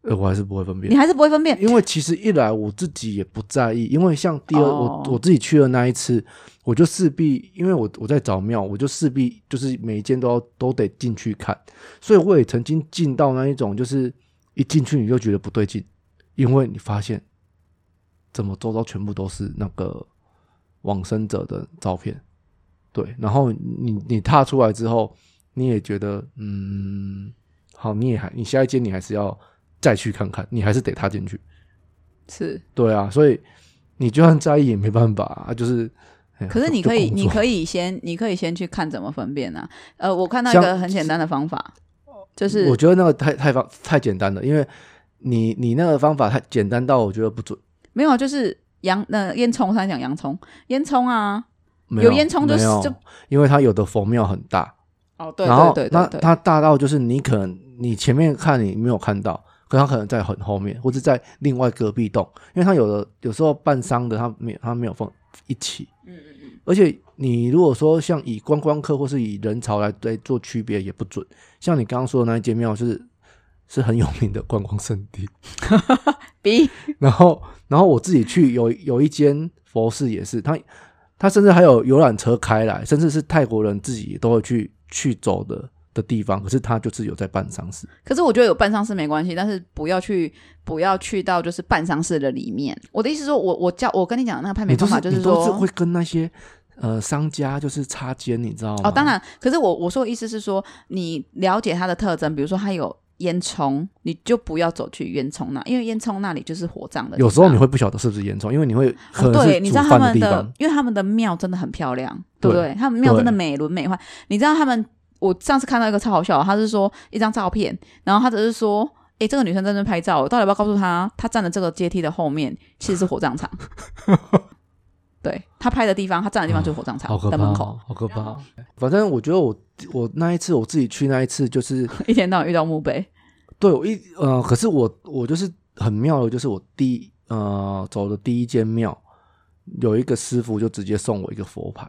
[SPEAKER 1] 呃，我还是不会分
[SPEAKER 2] 你
[SPEAKER 1] 辨，
[SPEAKER 2] 还是不会分辨
[SPEAKER 1] 因为其实一来我自己也不在意，因为像第二、
[SPEAKER 2] 哦
[SPEAKER 1] 我我自己去的那一次，我就势必因为我我在找庙，我就势必就是每一间都要都得进去看，所以我也曾经进到那一种就是一进去你就觉得不对劲，因为你发现怎么周遭全部都是那个往生者的照片，对，然后你你踏出来之后，你也觉得嗯，好，你也还你下一间你还是要再去看看，你还是得踏进去，
[SPEAKER 2] 是。
[SPEAKER 1] 对啊，所以你就算在意也没办法啊，就是。哎呀
[SPEAKER 2] 可是
[SPEAKER 1] 就
[SPEAKER 2] 你可以，
[SPEAKER 1] 就工
[SPEAKER 2] 你
[SPEAKER 1] 作
[SPEAKER 2] 可以先，你可以先去看怎么分辨啊。呃，我看到一
[SPEAKER 1] 像
[SPEAKER 2] 个很简单的方法，就是
[SPEAKER 1] 我觉得那个太太方太简单了，因为你你那个方法太简单到我觉得不准。
[SPEAKER 2] 没有，就是洋呃烟囱，我才讲洋葱，烟囱啊，
[SPEAKER 1] 没有
[SPEAKER 2] 有烟囱就
[SPEAKER 1] 没有
[SPEAKER 2] 就
[SPEAKER 1] 因为它有的佛庙很大，
[SPEAKER 2] 哦对
[SPEAKER 1] 然后
[SPEAKER 2] 对对
[SPEAKER 1] 那
[SPEAKER 2] 对对，
[SPEAKER 1] 它大到就是你可能你前面看你没有看到，可它可能在很后面，或者在另外隔壁栋，因为它有的有时候办丧的它没有它没有放一起，
[SPEAKER 2] 嗯嗯嗯，
[SPEAKER 1] 而且你如果说像以观光客或是以人潮来来做区别也不准，像你刚刚说的那一间庙是是很有名的观光圣地，
[SPEAKER 2] 比
[SPEAKER 1] 然后，然后我自己去有有一间佛寺也是，他他甚至还有游览车开来，甚至是泰国人自己都会去去走的的地方，可是他就是有在办丧事。
[SPEAKER 2] 可是我觉得有办丧事没关系，但是不要去不要去到就是办丧事的里面。我的意思是说，我我教我跟你讲的那个判
[SPEAKER 1] 你
[SPEAKER 2] 别
[SPEAKER 1] 都
[SPEAKER 2] 方
[SPEAKER 1] 是
[SPEAKER 2] 法就是
[SPEAKER 1] 你都
[SPEAKER 2] 说，
[SPEAKER 1] 是会跟那些呃商家就是擦肩，你知道吗？
[SPEAKER 2] 哦，当。然，可是我我说的意思是说，你了解它的特征，比如说它有烟囱，你就不要走去烟囱那，因为烟囱那里就是火葬的地方。
[SPEAKER 1] 有时候你会不晓得是不是严重，因为你会可
[SPEAKER 2] 哦，
[SPEAKER 1] 能
[SPEAKER 2] 对，
[SPEAKER 1] 是
[SPEAKER 2] 你
[SPEAKER 1] 煮
[SPEAKER 2] 知道他
[SPEAKER 1] 饭的
[SPEAKER 2] 们
[SPEAKER 1] 地
[SPEAKER 2] 的
[SPEAKER 1] 方，，
[SPEAKER 2] 因为他们的庙真的很漂亮，对不
[SPEAKER 1] 对
[SPEAKER 2] 对？他们庙真的
[SPEAKER 1] 对
[SPEAKER 2] 美轮美奂。你知道他们，我上次看到一个超好笑的，他是说一张照片，然后他只是说，诶，这个女生在那拍照，我到底要不要告诉她，她站的这个阶梯的后面其实是火 葬场？对她拍的地方，她站的地方就是火葬场
[SPEAKER 1] 好可
[SPEAKER 2] 的
[SPEAKER 1] 怕
[SPEAKER 2] 门
[SPEAKER 1] 哦，
[SPEAKER 2] 口，
[SPEAKER 1] 好可怕哦。反正我觉得我我那一次我自己去那一次就是
[SPEAKER 2] 一天到晚遇到墓碑。
[SPEAKER 1] 对，我一呃，可是我我就是很妙的，就是我第一呃走的第一间庙，有一个师傅就直接送我一个佛牌，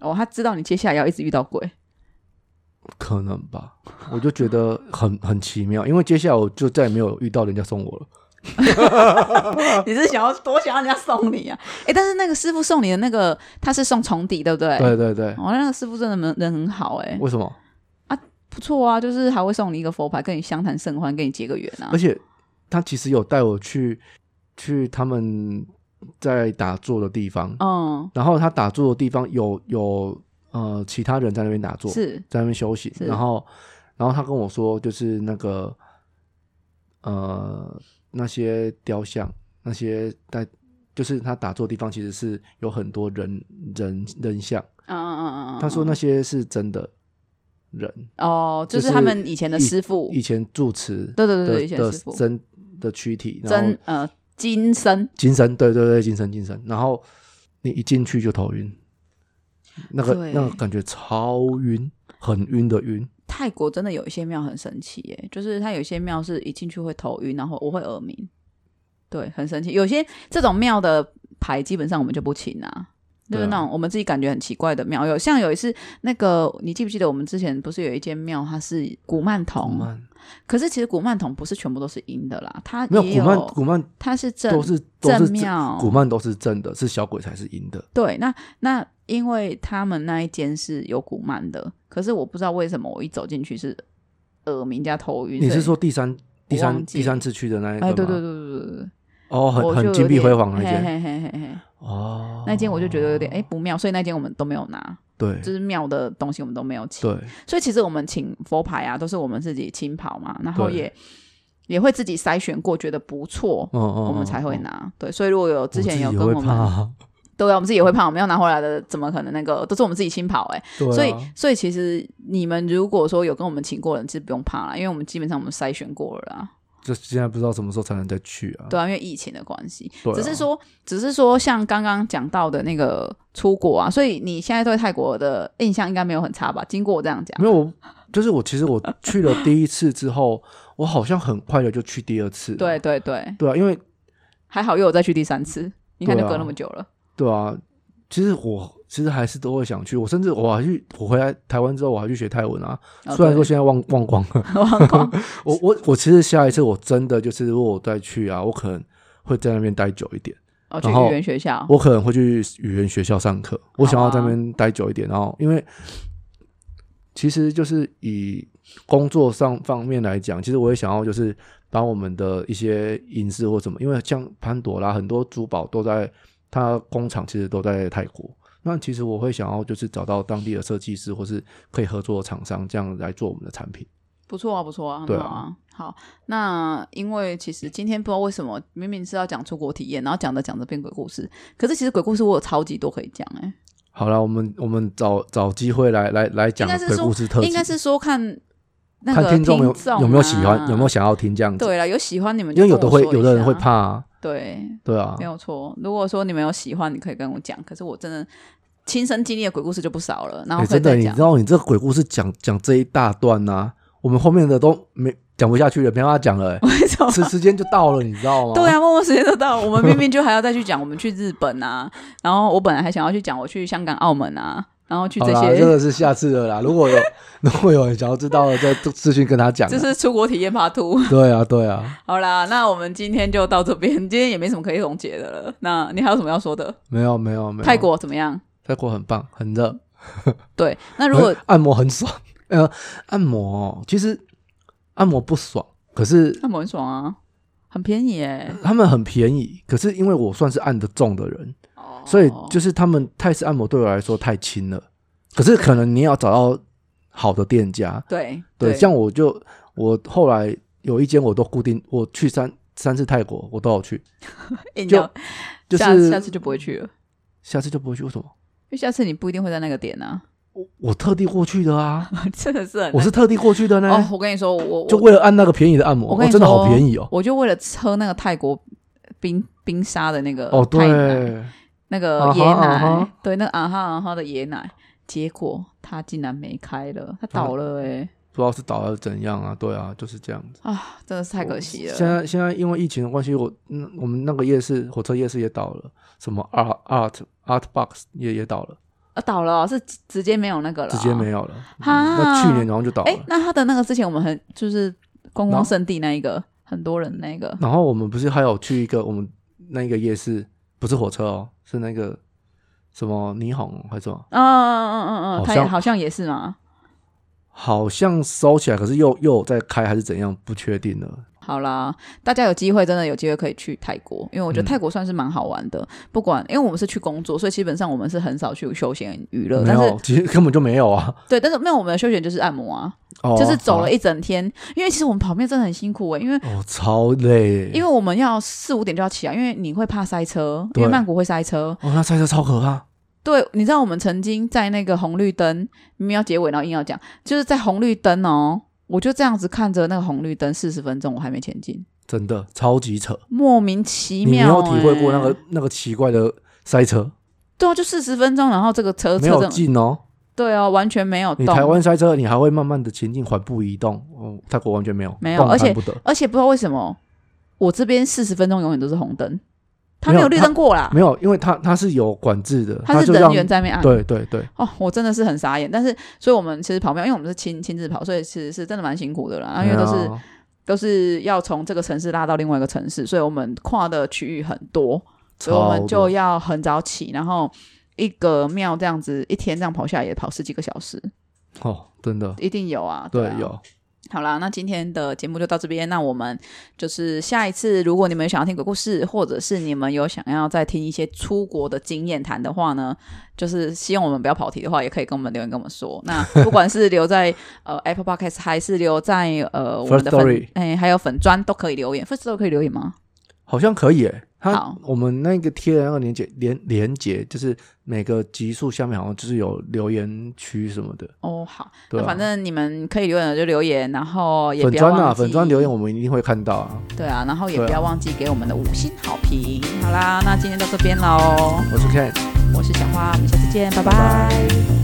[SPEAKER 2] 哦，他知道你接下来要一直遇到鬼，
[SPEAKER 1] 可能吧，我就觉得很很奇妙，因为接下来我就再也没有遇到人家送我了。哦
[SPEAKER 2] 你是想要多想要人家送你啊？诶，但是那个师傅送你的那个，他是送重底，对不对？
[SPEAKER 1] 对对对，
[SPEAKER 2] 哦，那个师傅真的人人很好哎、
[SPEAKER 1] 为什么？
[SPEAKER 2] 不错啊，就是还会送你一个佛牌，跟你相谈甚欢，跟你结个缘啊
[SPEAKER 1] 而。且他其实有带我去去他们在打坐的地方，
[SPEAKER 2] 嗯，
[SPEAKER 1] 然后他打坐的地方有有呃其他人在那边打坐，
[SPEAKER 2] 是
[SPEAKER 1] 在那边休息，
[SPEAKER 2] 是
[SPEAKER 1] 然后然后他跟我说，就是那个呃那些雕像，那些在就是他打坐的地方，其实是有很多人人人像。
[SPEAKER 2] 嗯嗯嗯嗯嗯。
[SPEAKER 1] 他说那些是真的人，
[SPEAKER 2] 哦，就
[SPEAKER 1] 就是
[SPEAKER 2] 他们以前的
[SPEAKER 1] 以
[SPEAKER 2] 师傅，
[SPEAKER 1] 以前住持
[SPEAKER 2] 对对对对，
[SPEAKER 1] 的
[SPEAKER 2] 以前
[SPEAKER 1] 的
[SPEAKER 2] 师傅
[SPEAKER 1] 真的躯体，然后
[SPEAKER 2] 真呃金身，
[SPEAKER 1] 精神，对对对，精神精神。然后你一进去就头晕，那个
[SPEAKER 2] 对
[SPEAKER 1] 那个感觉超晕，很晕的晕。
[SPEAKER 2] 泰国真的有一些庙很神奇耶，就是它有一些庙是一进去会头晕，然后我会耳鸣，对，很神奇。有些这种庙的牌基本上我们就不请啊，就是
[SPEAKER 1] 对啊
[SPEAKER 2] 那种我们自己感觉很奇怪的庙。有像有一次，那个你记不记得我们之前不是有一间庙，它是古曼
[SPEAKER 1] 古
[SPEAKER 2] 童，
[SPEAKER 1] 曼
[SPEAKER 2] 可是其实古曼童不是全部都是阴的啦，它
[SPEAKER 1] 没有
[SPEAKER 2] 也
[SPEAKER 1] 古曼，古曼
[SPEAKER 2] 它是正
[SPEAKER 1] 都是都是
[SPEAKER 2] 正
[SPEAKER 1] 正
[SPEAKER 2] 庙
[SPEAKER 1] 古曼都是正的，是小鬼才是阴的。
[SPEAKER 2] 对，那那因为他们那一间是有古曼的，可是我不知道为什么我一走进去是耳鸣加头晕。
[SPEAKER 1] 你
[SPEAKER 2] 所
[SPEAKER 1] 是
[SPEAKER 2] 以
[SPEAKER 1] 说第三第
[SPEAKER 2] 我
[SPEAKER 1] 三
[SPEAKER 2] 忘记
[SPEAKER 1] 第三次去的那一个
[SPEAKER 2] 哎，
[SPEAKER 1] 吗？
[SPEAKER 2] 对对对对对对，
[SPEAKER 1] 哦，很
[SPEAKER 2] 我就
[SPEAKER 1] 很
[SPEAKER 2] 有
[SPEAKER 1] 金碧
[SPEAKER 2] 点
[SPEAKER 1] 辉煌那间
[SPEAKER 2] 嘿嘿嘿嘿嘿，
[SPEAKER 1] 哦，
[SPEAKER 2] 那间我就觉得有点哎不妙，所以那间我们都没有拿，
[SPEAKER 1] 对
[SPEAKER 2] 就是庙的东西我们都没有请。
[SPEAKER 1] 对
[SPEAKER 2] 所以其实我们请佛牌啊，都是我们自己亲跑嘛，然后
[SPEAKER 1] 对
[SPEAKER 2] 也也会自己筛选过，觉得不错。
[SPEAKER 1] 嗯嗯，
[SPEAKER 2] 我们
[SPEAKER 1] 嗯
[SPEAKER 2] 才
[SPEAKER 1] 嗯
[SPEAKER 2] 会
[SPEAKER 1] 嗯
[SPEAKER 2] 拿，对，所以如果有之
[SPEAKER 1] 我
[SPEAKER 2] 前
[SPEAKER 1] 自
[SPEAKER 2] 有
[SPEAKER 1] 己
[SPEAKER 2] 跟
[SPEAKER 1] 会
[SPEAKER 2] 我
[SPEAKER 1] 怕
[SPEAKER 2] 们，
[SPEAKER 1] 啊
[SPEAKER 2] 对啊，我们自己也会怕，我们要拿回来的，怎么可能那个都是我们自己亲跑哎、
[SPEAKER 1] 对啊
[SPEAKER 2] 所以，所以其实你们如果说有跟我们请过人，其实不用怕啦，因为我们基本上我们筛选过了啊啦，
[SPEAKER 1] 就现在不知道什么时候才能再去啊。
[SPEAKER 2] 对啊，因为疫情的关系，
[SPEAKER 1] 对啊
[SPEAKER 2] 只是说，只是说像刚刚讲到的那个出国啊，所以你现在对泰国的印象应该没有很差吧？经过我这样讲，
[SPEAKER 1] 没有，我就是我，其实我去了第一次之后，我好像很快的就去第二次了。
[SPEAKER 2] 对对对，
[SPEAKER 1] 对啊，因为
[SPEAKER 2] 还好又有再去第三次，你看就
[SPEAKER 1] 对啊
[SPEAKER 2] 隔那么久了，
[SPEAKER 1] 对啊，其实我其实还是都会想去，我甚至我还去，我回来台湾之后我还去学泰文啊。
[SPEAKER 2] 哦
[SPEAKER 1] 虽然说
[SPEAKER 2] 对
[SPEAKER 1] 现在忘忘光了，
[SPEAKER 2] 忘光
[SPEAKER 1] 我我我其实下一次我真的就是如果我再去啊，我可能会在那边待久一点，
[SPEAKER 2] 哦，去
[SPEAKER 1] 然后
[SPEAKER 2] 语言学校，
[SPEAKER 1] 我可能会去语言学校上课，我想要在那
[SPEAKER 2] 好啊
[SPEAKER 1] 边待久一点，然后因为其实就是以工作上方面来讲，其实我也想要就是把我们的一些银饰或什么，因为像潘朵拉很多珠宝都在它工厂，其实都在泰国。那其实我会想要就是找到当地的设计师，或是可以合作的厂商，这样来做我们的产品。
[SPEAKER 2] 不错啊，不错啊，很
[SPEAKER 1] 对啊
[SPEAKER 2] 好啊。好，那因为其实今天不知道为什么，明明是要讲出国体验，然后讲着讲着变鬼故事，可是其实鬼故事我有超级多可以讲哎、
[SPEAKER 1] 好了，我们我们找找机会来来来讲
[SPEAKER 2] 应该是
[SPEAKER 1] 鬼
[SPEAKER 2] 说
[SPEAKER 1] 故事特辑，
[SPEAKER 2] 应该是说看那
[SPEAKER 1] 看
[SPEAKER 2] 个
[SPEAKER 1] 听众有
[SPEAKER 2] 众啊
[SPEAKER 1] 有没有喜欢，有没有想要听这样子。
[SPEAKER 2] 对啦，有喜欢你们
[SPEAKER 1] 因
[SPEAKER 2] 就
[SPEAKER 1] 为有的
[SPEAKER 2] 跟我
[SPEAKER 1] 会，
[SPEAKER 2] 说一
[SPEAKER 1] 有的人会
[SPEAKER 2] 下
[SPEAKER 1] 怕、啊，
[SPEAKER 2] 对，
[SPEAKER 1] 对啊
[SPEAKER 2] 没，有错。如果说你们有喜欢，你可以跟我讲。可是我真的亲身经历的鬼故事就不少了，然后
[SPEAKER 1] 诶
[SPEAKER 2] 可以
[SPEAKER 1] 哎真的，
[SPEAKER 2] 再
[SPEAKER 1] 你
[SPEAKER 2] 讲，
[SPEAKER 1] 知。道你这个鬼故事讲讲这一大段呐、我们后面的都没讲不下去了，没办法讲了、欸
[SPEAKER 2] 为什么？
[SPEAKER 1] 时 时间就到了，你知道吗？
[SPEAKER 2] 对，啊，默默时间都到了，我 们明明就还要再去讲，我们去日本啊，然后我本来还想要去讲我去香港、澳门啊，然后去
[SPEAKER 1] 好
[SPEAKER 2] 这
[SPEAKER 1] 啦，
[SPEAKER 2] 些，
[SPEAKER 1] 这个是下次的啦。如果有 如果有人想要知道的，再资讯跟他讲啊、
[SPEAKER 2] 这是出国体验 Part Two。
[SPEAKER 1] 对啊，对啊，
[SPEAKER 2] 好啦，那我们今天就到这边， 今天也没什么可以总结的了。那你还有什么要说的？
[SPEAKER 1] 没有没有没有，啊
[SPEAKER 2] 泰国怎么样？
[SPEAKER 1] 泰国很棒，很热，
[SPEAKER 2] 对，那如果
[SPEAKER 1] 可是按摩很爽，呃，按摩哦其实按摩不爽，可是
[SPEAKER 2] 按摩很爽啊，很便宜耶。
[SPEAKER 1] 他们很便宜，可是因为我算是按得重的人，
[SPEAKER 2] 哦
[SPEAKER 1] 所以就是他们泰式按摩对我来说太轻了，可是可能你也要找到好的店家，
[SPEAKER 2] 对
[SPEAKER 1] 对，像我就我后来有一间我都固定，我去三三次泰国我都有去，
[SPEAKER 2] 硬
[SPEAKER 1] 就
[SPEAKER 2] 要
[SPEAKER 1] 就是
[SPEAKER 2] 下下次就不会去了，
[SPEAKER 1] 下次就不会去，为什么？
[SPEAKER 2] 因为下次你不一定会在那个点啊。
[SPEAKER 1] 我我特地过去的啊，
[SPEAKER 2] 真的是很
[SPEAKER 1] 我是特地过去的呢，
[SPEAKER 2] 哦，我跟你说，我我
[SPEAKER 1] 就为了按那个便宜的按摩，
[SPEAKER 2] 我
[SPEAKER 1] 我、
[SPEAKER 2] 跟你
[SPEAKER 1] 真的好
[SPEAKER 2] 说
[SPEAKER 1] 便宜哦，
[SPEAKER 2] 我就为了喝那个泰国冰冰沙的那个
[SPEAKER 1] 哦
[SPEAKER 2] 泰奶
[SPEAKER 1] 对，
[SPEAKER 2] 那个
[SPEAKER 1] 啊哈
[SPEAKER 2] 椰奶，
[SPEAKER 1] 啊哈
[SPEAKER 2] 对，那个啊哈啊哈的椰奶，结果它竟然没开了，它倒了
[SPEAKER 1] 啊
[SPEAKER 2] 哎、
[SPEAKER 1] 不知道是倒还是怎样啊，对啊，就是这样子。
[SPEAKER 2] 啊，真的是太可惜
[SPEAKER 1] 哦现
[SPEAKER 2] 了。
[SPEAKER 1] 在现在因为疫情的关系，我嗯，我们那个夜市火车夜市也倒了，什么 Art Art Art Box 也也倒了，
[SPEAKER 2] 啊，倒了哦、是直直接没有那个了、
[SPEAKER 1] 直接没。有了。嗯
[SPEAKER 2] 哈
[SPEAKER 1] 那去年然后就倒
[SPEAKER 2] 哎
[SPEAKER 1] 了，。
[SPEAKER 2] 那它的那个之前我们很就是观
[SPEAKER 1] 然
[SPEAKER 2] 光
[SPEAKER 1] 后
[SPEAKER 2] 圣地那一个，很多人那个
[SPEAKER 1] 然后我们不是还有去一个我们那个夜市，不是火车哦，是那个什么霓虹还是什么，
[SPEAKER 2] 啊，嗯嗯嗯嗯，
[SPEAKER 1] 好
[SPEAKER 2] 它也
[SPEAKER 1] 像
[SPEAKER 2] 好像也是嘛。
[SPEAKER 1] 好像收起来，可是又又有在开还是怎样，不确定了。
[SPEAKER 2] 好啦，大家有机会真的有机会可以去泰国，因为我觉得
[SPEAKER 1] 嗯
[SPEAKER 2] 泰国算是蛮好玩的。不管因为我们是去工作，所以基本上我们是很少去休闲娱乐，
[SPEAKER 1] 没
[SPEAKER 2] 但是
[SPEAKER 1] 有，其实根本就没有啊。
[SPEAKER 2] 对，但是没有我们的休闲就是按摩啊，
[SPEAKER 1] 哦，
[SPEAKER 2] 就是走了
[SPEAKER 1] 一
[SPEAKER 2] 一整天。因为其实我们跑面真的很辛苦欸诶、因为
[SPEAKER 1] 哦，超累。
[SPEAKER 2] 因为我们要四五点就要起来，因为你会怕塞车，因
[SPEAKER 1] 对
[SPEAKER 2] 为曼谷会塞车。
[SPEAKER 1] 哦，那赛车超可怕。
[SPEAKER 2] 对，你知道我们曾经在那个红绿灯，明明要结尾，然后硬要讲，就是在红绿灯哦，我就这样子看着那个红绿灯四十分钟，我还没前进，
[SPEAKER 1] 真的超级扯，
[SPEAKER 2] 莫名其
[SPEAKER 1] 你没有
[SPEAKER 2] 妙、欸。
[SPEAKER 1] 体会过那个那个奇怪的塞车，
[SPEAKER 2] 对啊，就四十分钟，然后这个车
[SPEAKER 1] 没
[SPEAKER 2] 车
[SPEAKER 1] 有
[SPEAKER 2] 正
[SPEAKER 1] 进哦。
[SPEAKER 2] 对啊，完全没有
[SPEAKER 1] 你
[SPEAKER 2] 动。
[SPEAKER 1] 台湾塞车，你还会慢慢的前进，缓步移动。哦，泰国完全没有，
[SPEAKER 2] 没有
[SPEAKER 1] 动弹
[SPEAKER 2] 而且
[SPEAKER 1] 不得。
[SPEAKER 2] 而且不知道为什么，我这边四十分钟永远都是红灯，他没有绿灯过啦，
[SPEAKER 1] 没有，因为他他是有管制的，
[SPEAKER 2] 他
[SPEAKER 1] 他
[SPEAKER 2] 是
[SPEAKER 1] 就
[SPEAKER 2] 人
[SPEAKER 1] 让
[SPEAKER 2] 员在那边按。
[SPEAKER 1] 对对对，
[SPEAKER 2] 哦，我真的是很傻眼。但是，所以我们其实跑庙，因为我们是亲亲自跑，所以其实是真的蛮辛苦的啦。啊因为都是、
[SPEAKER 1] 哎呀
[SPEAKER 2] 都是要从这个城市拉到另外一个城市，所以我们跨的区域很多，所以我
[SPEAKER 1] 超
[SPEAKER 2] 们就
[SPEAKER 1] 多
[SPEAKER 2] 要很早起，然后一个庙这样子一天这样跑下来也跑十几个小时，
[SPEAKER 1] 哦，真的
[SPEAKER 2] 一定有啊。
[SPEAKER 1] 对
[SPEAKER 2] 啊
[SPEAKER 1] 有
[SPEAKER 2] 好啦，那今天的节目就到这边。那我们就是下一次，如果你们有想要听鬼故事，或者是你们有想要再听一些出国的经验谈的话呢，就是希望我们不要跑题的话，也可以跟我们留言跟我们说。 那不管是留在呃 Apple Podcast 还是留在呃我们的
[SPEAKER 1] First
[SPEAKER 2] 粉
[SPEAKER 1] Story
[SPEAKER 2] 哎还有粉砖都可以留言，First 都可以留言吗？
[SPEAKER 1] 好像可以耶。他
[SPEAKER 2] 好
[SPEAKER 1] 我们那个贴的那个连接连连接，就是每个集数下面好像就是有留言区什么的。
[SPEAKER 2] 哦，好，
[SPEAKER 1] 对啊
[SPEAKER 2] 那反正你们可以留言的就留言，然后也
[SPEAKER 1] 粉
[SPEAKER 2] 不要
[SPEAKER 1] 砖啊，
[SPEAKER 2] 忘记
[SPEAKER 1] 粉砖留言我们一定会看到啊。
[SPEAKER 2] 对啊，然后也
[SPEAKER 1] 对啊
[SPEAKER 2] 不要忘记给我们的五星好评。好啦，那今天到这边喽。
[SPEAKER 1] 我是 Ken，
[SPEAKER 2] 我是小花，我们下次见，拜
[SPEAKER 1] 拜
[SPEAKER 2] 拜
[SPEAKER 1] 拜